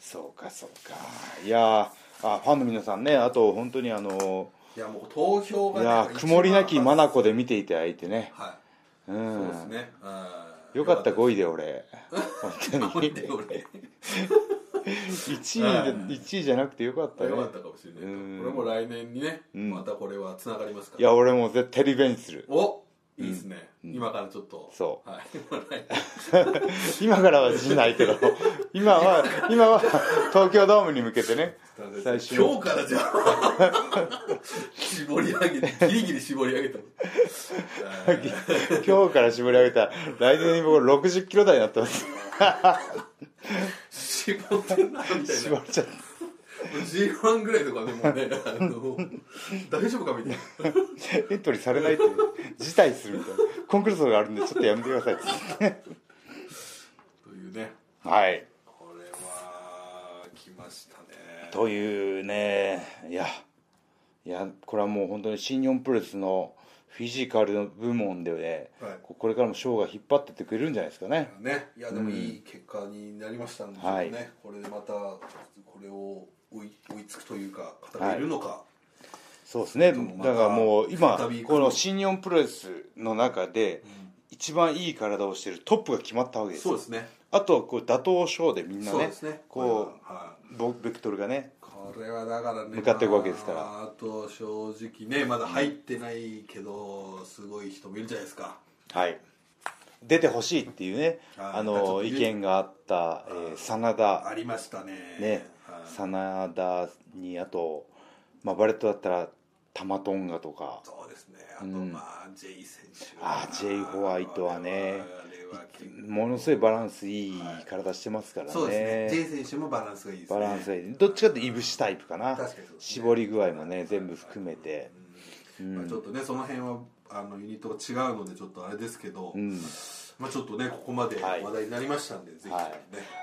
そうかそうかいやーあファンの皆さんねあと本当にあの
いやもう投票
い
がね
やー曇りなき眼で見ていただいてね
は
う
いそうんですね
よかった
ご
5位で俺本当に
で俺
1
うん
位で1位じゃなくてよかったね
よかったかもしれないけど
うん
これも来年にね
ん
またこれはつながりますか
い
ら
や俺もう絶対リベンジする
おいいですね今からちょっと
そう
はい今来
今からはしないけ ど今は今は東京ドームに向けてね
年
最終
今日からじゃあ絞り上げてギリギリ絞り上げたあー
今日から絞り上げた来年に僕60キロ台になってます
絞ってんなみたいな
絞っちゃっ
G1 ぐらいとかでもうねあの大丈夫かみたいな
たエントリーされないって辞退するみたいなコンクルールがあるんでちょっとやめてくださいっつって
というね
はい
これは来ましたね
というねいやいやこれはもう本当に新日本プロレスのフィジカルの部門で、ね
はい
ここれからもショーが引っ張ってってくれるんじゃないですかね
ねいやでもいい結果になりましたんで、
はい
ねこれでまたこれを追い追いつくというか方がいるのか、
そうですね
ちょっとま
だ
た
からもう今
再び
この新日本プロレスの中で一番いい体をしてるトップが決まったわけです
そうですね
あとはこう打倒ショーでみんな
そう
ね
ですね
こ
う、はいう
ボベクトルがね
これはだからね
向かっていくわけですから
まあ、あと正直ねまだ入ってないけどすごい人もいるじゃないですか
はい出てほしいっていうね
は
あ
いちょっ
の
とね
意見があった、えー真田
ありましたね
ね、
はい
真田にあと、まあ、バレットだったらタマトンガとか
そうですねあと
ん
まあ、ジェイ選手
あジェイホワイトはね
あれは結構
ものすごいバランスいい体してますからね,、
そうですね J 選手もバランスがいいですね
バランスがいいどっちかっていぶしタイプかな
確かにそうですね
絞り具合もね全部含めて
うんまあ、ちょっとねその辺はあのユニットが違うのでちょっとあれですけど、
うん
まあ、ちょっとねここまで
はい
話題になりましたんで、ぜひね、
はい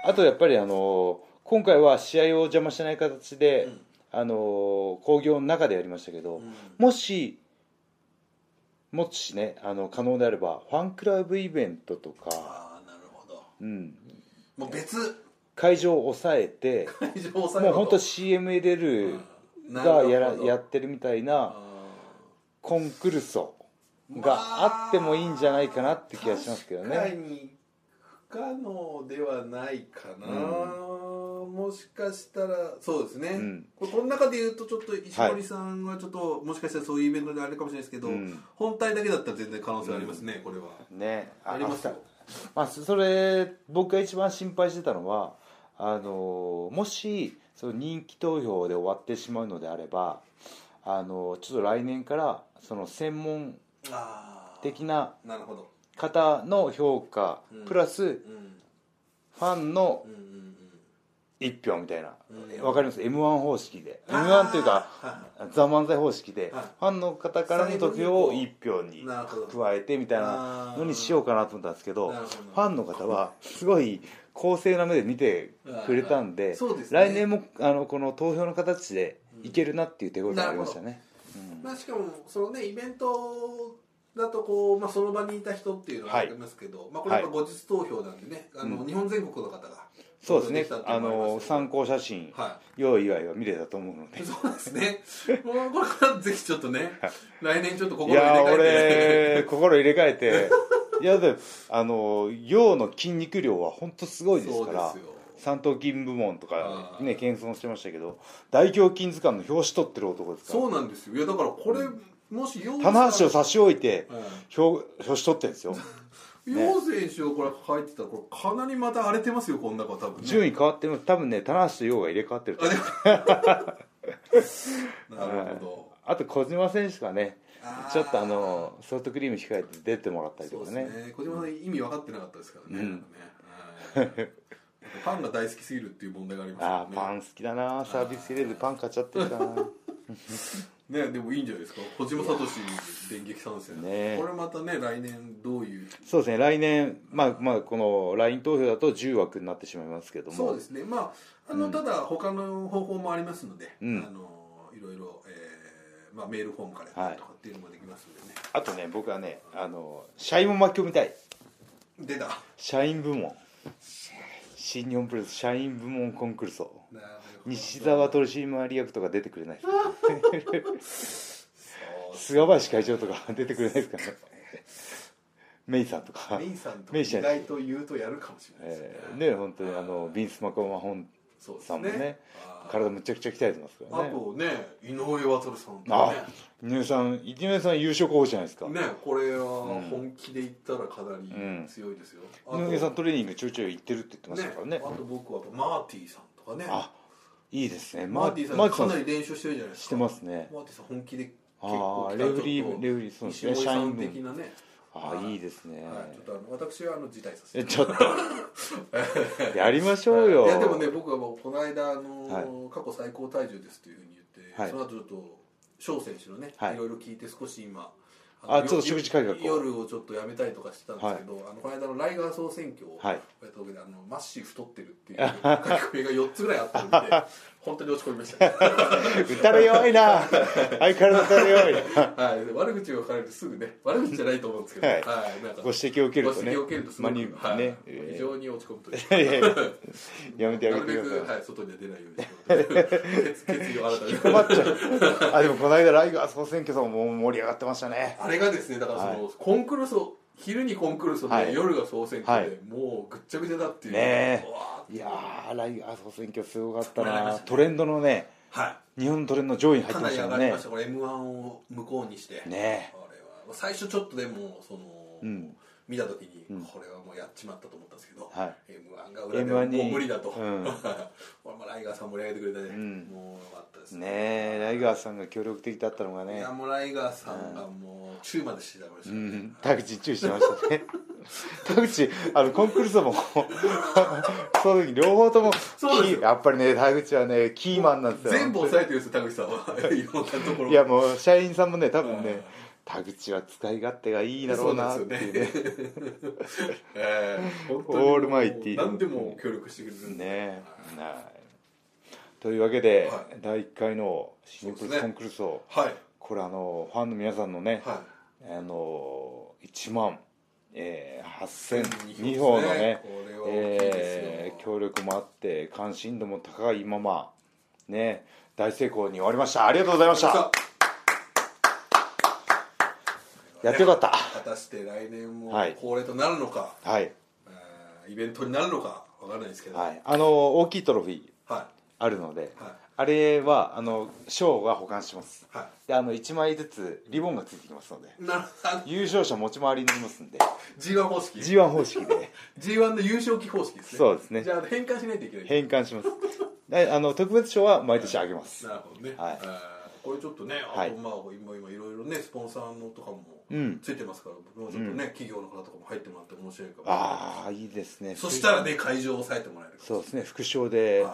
あとやっぱりあの今回は試合を邪魔しない形で、あの興行の中でやりましたけど、もしもしねあの可能であればファンクラブイベントとか、
ああなるほど
うん、
もう別
会場を抑え て
会場を抑
もう
えろと
本当 CM 入れる
うん
がや
なる
ら
ほど
やってるみたいなコンクルソ
ま
があってもいいんじゃないかなって気がしますけど
確か
ね。
に不可能ではないかな、もしかしたらそうですね、
ん
これこの中で言うとちょっと石森さんはちょっと、もしかしたらそういうイベントであれかもしれないですけど、
ん
本体だけだったら全然可能性ありますね、これは
ね、
ありますよ
まあ、そそれ僕が一番心配してたのはあのもしその人気投票で終わってしまうのであればあのちょっと来年からその専門
あ
的な
あなるほど
方の評価
うん
プラス
うん
ファンの
うんうんうん
一票みたいな
うん
わかります m 1方式で
あ
m
ー
1というか
は
「ザ漫才方式で
はい
ファンの方からの得票を1票に
なるほど
加えてみたいなのにしようかなと思ったんですけど
なるほど
ファンの方はすごい公正な目で見てくれたん
あー
で
そうですね
来年もあのこの投票の形でいけるなっていう手応えがありましたね。
まあ、しかもそのねイベントだとこう、まあ、その場にいた人っていうのが
は
あ
い
りますけど、まあ、これはやっぱ後日投票なんでね、あの日本全国の方が
そうですね
投票きたってい
あ
うもり
の
ますけど
参考写真
は
用意以外は見れたと思うので
いそうですねもうこれからぜひちょっとね来年ちょっと
い
心を
やー
入れ替えて
俺心入れ替えていやでもあの陽の筋肉量は本当すごいですから
そうですよ
三頭筋部門とか
あー
ね謙遜してましたけど大胸筋図鑑の表紙取ってる男ですから
そうなんですよいやだからこれ、もし楊
棚橋を
選
差し置いて
うん
表表紙取ってるんですよ
手楊選手をこれ入ってたらこれかなりまた荒れてますよこの中は多分ね
順位変わっても多分ね棚橋と陽が入れ替わってると
あ
思う
でもなるほど
あと小島選手がね
あー
ちょっとあのソフトクリーム控えて出てもらったりと
そうで
か
す
ね
ね小島さん意味分かってなかったですからね,、
うん
なんかねうんパンが大好きすぎるっていう問題があります
ああ
よ
パン好きだなサービス入れでパン買っちゃってるかな
ねねでもいいんじゃないですか小島聡電撃参戦、
ね
これまたね来年どういう
そうですね来年まあまあこの LINE 投票だと10枠になってしまいますけども
そうですねまああの、ただ他の方法もありますので、
うん
あのいろいろ、えーまあ、メールフォームからやったりとかっていうのもできますんでね、
あとね僕はねあの社員も巻き込みたい
出た
社員部門新日本プロレス社員部門コンクルーソ
なるほど
西澤取締役とか出てくれないですか
そう
菅林会長とか出てくれないですかねメイさんとか
メイさんと
メ
意
イさん
外と言うとやるかもしれないですね、
えーね本当にあのビンス・マコマホン
そうです
さんもね
あー
体むちゃくちゃ鍛えてますから
あ
ね
とね井上渉さんとか
あ
ね
井上さん井上さん優勝候補じゃないですか
ねこれは本気で言ったらかなり強いですよ、
井上さんトレーニングちょいちょい行ってるって言ってましたからね
ねあと僕はマーティさんとかね
あいいですね
マーティさん
マ
かなり練習してるじゃないですか
してますね
マーティさん本気で結
あー
構
レフリーレフリーそうですね
西森
社
さ
員
ん
分
的なね
あいいですね、
はい、ちょっとあの私はあの辞退させ
え
て
ちょっ とやりましょうよ
いやでもね僕はもうこの間、あの
は
過去最高体重ですというふうに言って、
はい
その後ちょっと翔選手のね、
はい
い、ろいろ聞いて少し今
あ
の
ちょっと食事改革を
夜をちょっとやめたりとかしてたんですけど、あのこの間のライガー総選挙を
はい
やったわけで、あのマッシー太ってるっていう書き込みが4つぐらいあったので本当に落ち込みました、
打たれ弱いな相変わらず打たれ弱いな
はい、で悪口を書かれるとすぐね悪口じゃないと思うんですけど、
は
はいいなんか
ご指摘を受けるとね
ご指摘を受けるとすご
ま
く、
にね、
はい
えー
非常に落ち込むという
いやいややめてあ
な
げて
るべ
く
く、
ださ
はいい、外には出ないようにしようと決意を新たに
困っちゃうあでもこの間ライガー総選挙さんも盛り上がってましたね
あれがですねだからその、
は
コンクルーソ昼にコンクルーソで、
はい
夜が総選挙で、
は
もうぐっちゃぐちゃだっていう
ねえ
うわー
いやーライガー総選挙すごかった
盛り上がりま
な
したね
トレンドのね
は
日本のトレンドの上位に
い
入っ
か
てまし
なり
た
上が
もん
り
ね
ました、これ m 1を向こうにして
ね
あれは最初ちょっとでもその、
ん
見た時に、
うん
これはもうやっちまったと思ったんですけど、
はい
M1 が裏では
M1 に
もう無理だと、
うん
俺もライガーさん盛り上げてくれたね、
うん
もうよかったです
ねえライガーさんが協力的だったのが
い
ね
やもうライガーさんがもう中までしてたかもし
う
れない、
ん田口注意してましたね 田口あのコンクールスも その時両方とも
そうですよ
キーやっぱりね田口はねキーマンなんですよ
全部抑えてるんですよ田口さ んはいろんなところ
いやもう社員さんもね多分
うん
ね田口は使い勝手がいいだろうなって
そうなん
いう
で
ね
すよねええ本当に
オールマイティー
何でも協力してくれるんで
ねはいというわけで、
は
第1回のシンプ
そう
ル
ですね
コンクルールを
はい
これあのファンの皆さんのね、
は
あの1万、え
い
ー、8002票のね
これは大きいで
え
す
ー
よ、
協力もあって関心度も高いままね大成功に終わりましたありがとうございましたやってよかった
果たして来年も
はい
恒例となるのか、
はい、
えーイベントになるのかわからないですけど
はい、あの大きいトロフィー
は
あるので、
いはい
あれはあの賞が保管してます
は
であの1枚ずつリボンがついてきますので
いなるほど
優勝者持ち回りになりますんで
G1 方式
G1 方式で
G1 の優勝旗方式ですね
そうですね
じゃあ変換しないといけない
変換しますであの特別賞は毎年あげます
なるほどね、
はい
えーこれちょっとねあと、
はい
まあ今今いろいろねスポンサーのとかも
うん
ついてますから、僕もちょっとね、企業の方とかも入ってもらって面白いかも
ああいいですね
そしたらね会場を抑えてもらえる
そうですね副賞で
はい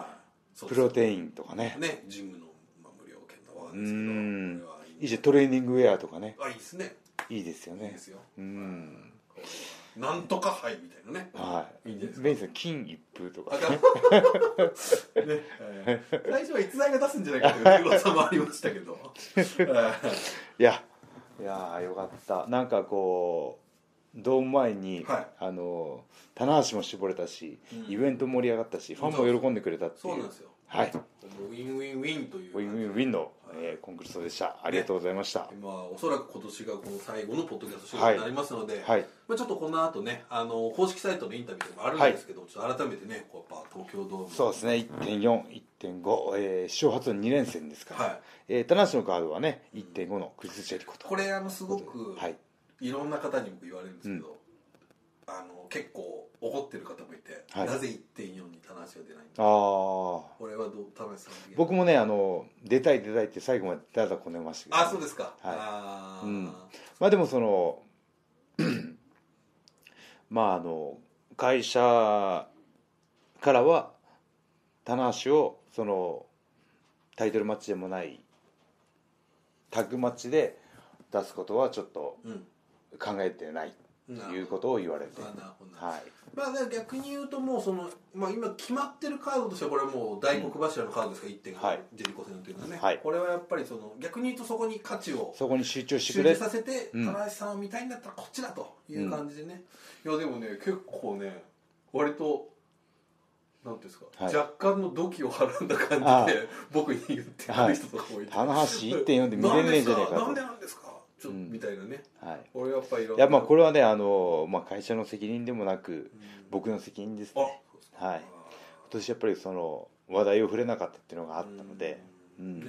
そう
プ
です
ロテインとかね
ねジムの、まあ、無料券とかわかん
う
ないですけど
ん
これはいい
いいじゃんトレーニングウェアとかね
あいいですね
いいですよ
いい
ね
ですよ
うん
なんとか杯みたいなね
はい
いいんじゃないですか
メインさん金一封と
あ
か
だね、えー最初は逸材が出すんじゃないかという噂もありましたけどはい
やいやーよかったなんかこうドーム前に、
はい
あの棚橋も絞れたし、
うん
イベント盛り上がったしファンも喜んでくれたっていう
そうな んですよ
はい
いウィンウィンウィンという
ウィンウィンウィンの、えーコンクルールでしたありがとうございました、
まあ、おそらく今年がこの最後のポッドキャスト収録になりますので、
はい
まあ、ちょっとこの後ねあの公式サイトのインタビューでもあるんですけど、ちょっと改めてねこうやっぱ東京ドーム
そうですね1.41.5、えー、史上初の2連戦ですから、
はい
えー、棚橋のカードはね1.5のクリス・ジェリコと
これあのすごく、
はい
い、ろんな方にも言われるんですけど、あの結構怒ってる方もいて、
はい
なぜ1.4に田無は出ないの
ああ
これはどう田無さん的に
僕もねあの出たい出たいって最後までだだこねましたけど、
あそうですか、あー
うんまあでもその まああの会社からは棚橋をそのタイトルマッチでもないタッグマッチで出すことはちょっと
うん
考えてないと
なるほど
いうことを言われて
あなるほどな
はい
まあ、だから逆に言うともうその、まあ、今決まってるカードとしてはこれはもう大黒柱のカードですから、1.5、
はい
ジェリコ戦というのはね、
はい
これはやっぱりその逆に言うとそこに価値を
そこに集中して
集
く
中
れ
させて
うん
田橋さんを見たいんだったらこっちだという感じでね、いやでもね結構ね割となんていうんですか、
はい
若干の土器をはらんだ
あ
感
あ
じで僕に言ってくる人とかもいて、
棚橋1.4で見れねえんじゃねえかと
なんでなんですかちょっと、
うん
みたいなね
はい
俺やっぱいろんない
やまあこれはねあの、まあ、会社の責任でもなく
うん
僕の責任です
あ
ねはい今年やっぱりその話題を触れなかったっていうのがあったので
う
うんん
ね、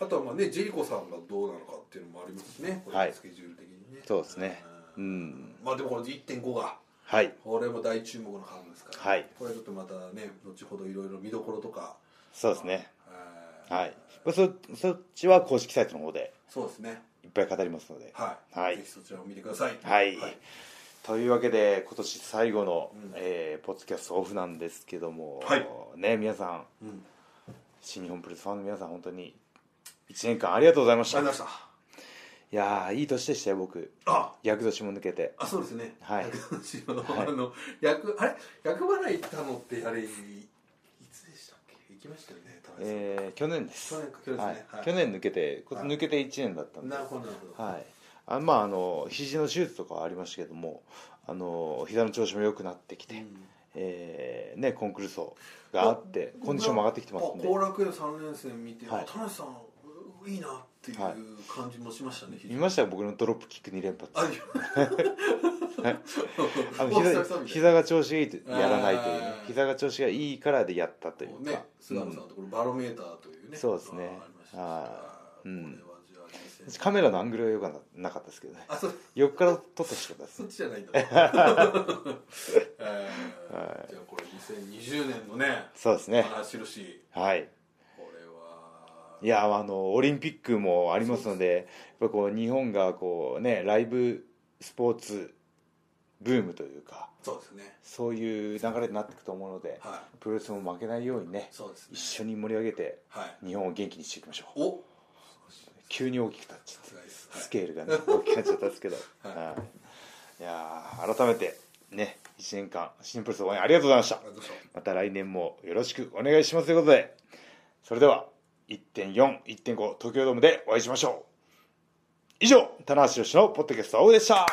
あとはまあねジェリコさんがどうなのかっていうのもありますしね、これ
はい
スケジュール的にね
そうですね
う
うんん
まあでもこの1.5が
はい
これも大注目のカードですから、
はい
これちょっとまたね後ほどいろいろ見どころとか
そうですね
えー
はいまあそそっちは公式サイトの方で
そうですね
いっぱい語りますので
はい、
はい
ぜひそちらも見てください
はい
はい
というわけで今年最後の、
うん
えーポッドキャストオフなんですけども、
はい
ね皆さん
うん、ありが
新日本プロレスファンの皆さん本当に1年間ありがとうございまし
と
た
うございま
い
した
やーいい年でしたよ僕
あ
厄年も抜けて
あそうですね
はい
薬師のあの役あれ役払い行ったのってあれいつでしたっけ行きましたよね田辺さん
えー去年です
去年か去年ですね
はい
はい
去年抜けてこ
はい
抜けて1年だったんで
なるほどなるほど
はいあまああの肘の手術とかはありましたけどもあの膝の調子も良くなってきて、
うん
えーね、コンクルール層があってコンディションも上がってきてますんで
後楽園三連戦見て、
はい
田中さんいいなっていう
はい
感じもしましたね、非常
見
に
ましたよ僕のドロップキック2連発
あ
あの
お久々みたい
膝膝
な
が調子がいいとやらないというね
あー
膝が調子がいいからでやったという
も
か
うね菅野さんのところバロメーターというね、
そうですね
ありました
はい
こ
う
れ
ん
はじゃあしれない
カメラのアングルは良くななかったですけどね
あそ
横から撮ってほしかったです
そっちじ ゃないんだ、えーじゃあこれ2020年のね
そうですね
話しろし
はい
これはい
やあのオリンピックもありますのでやっぱこう日本がこうねライブスポーツブームというか
そうですね
そういう流れになっていくと思うので
は
プロレスも負けないようにね
いそうですね
一緒に盛り上げて
はい
日本を元気にしていきましょう
お
急に大きくなっちゃって
さすがです
スケールが ね大きくなっちゃったんですけど、
はい
はい、いやー改めてね1年間シンプルス応援ありがとうございました
ありがとうございました
また来年もよろしくお願いしますということでそれでは1.41.5東京ドームでお会いしましょう以上棚橋宏のポッドキャストオフでした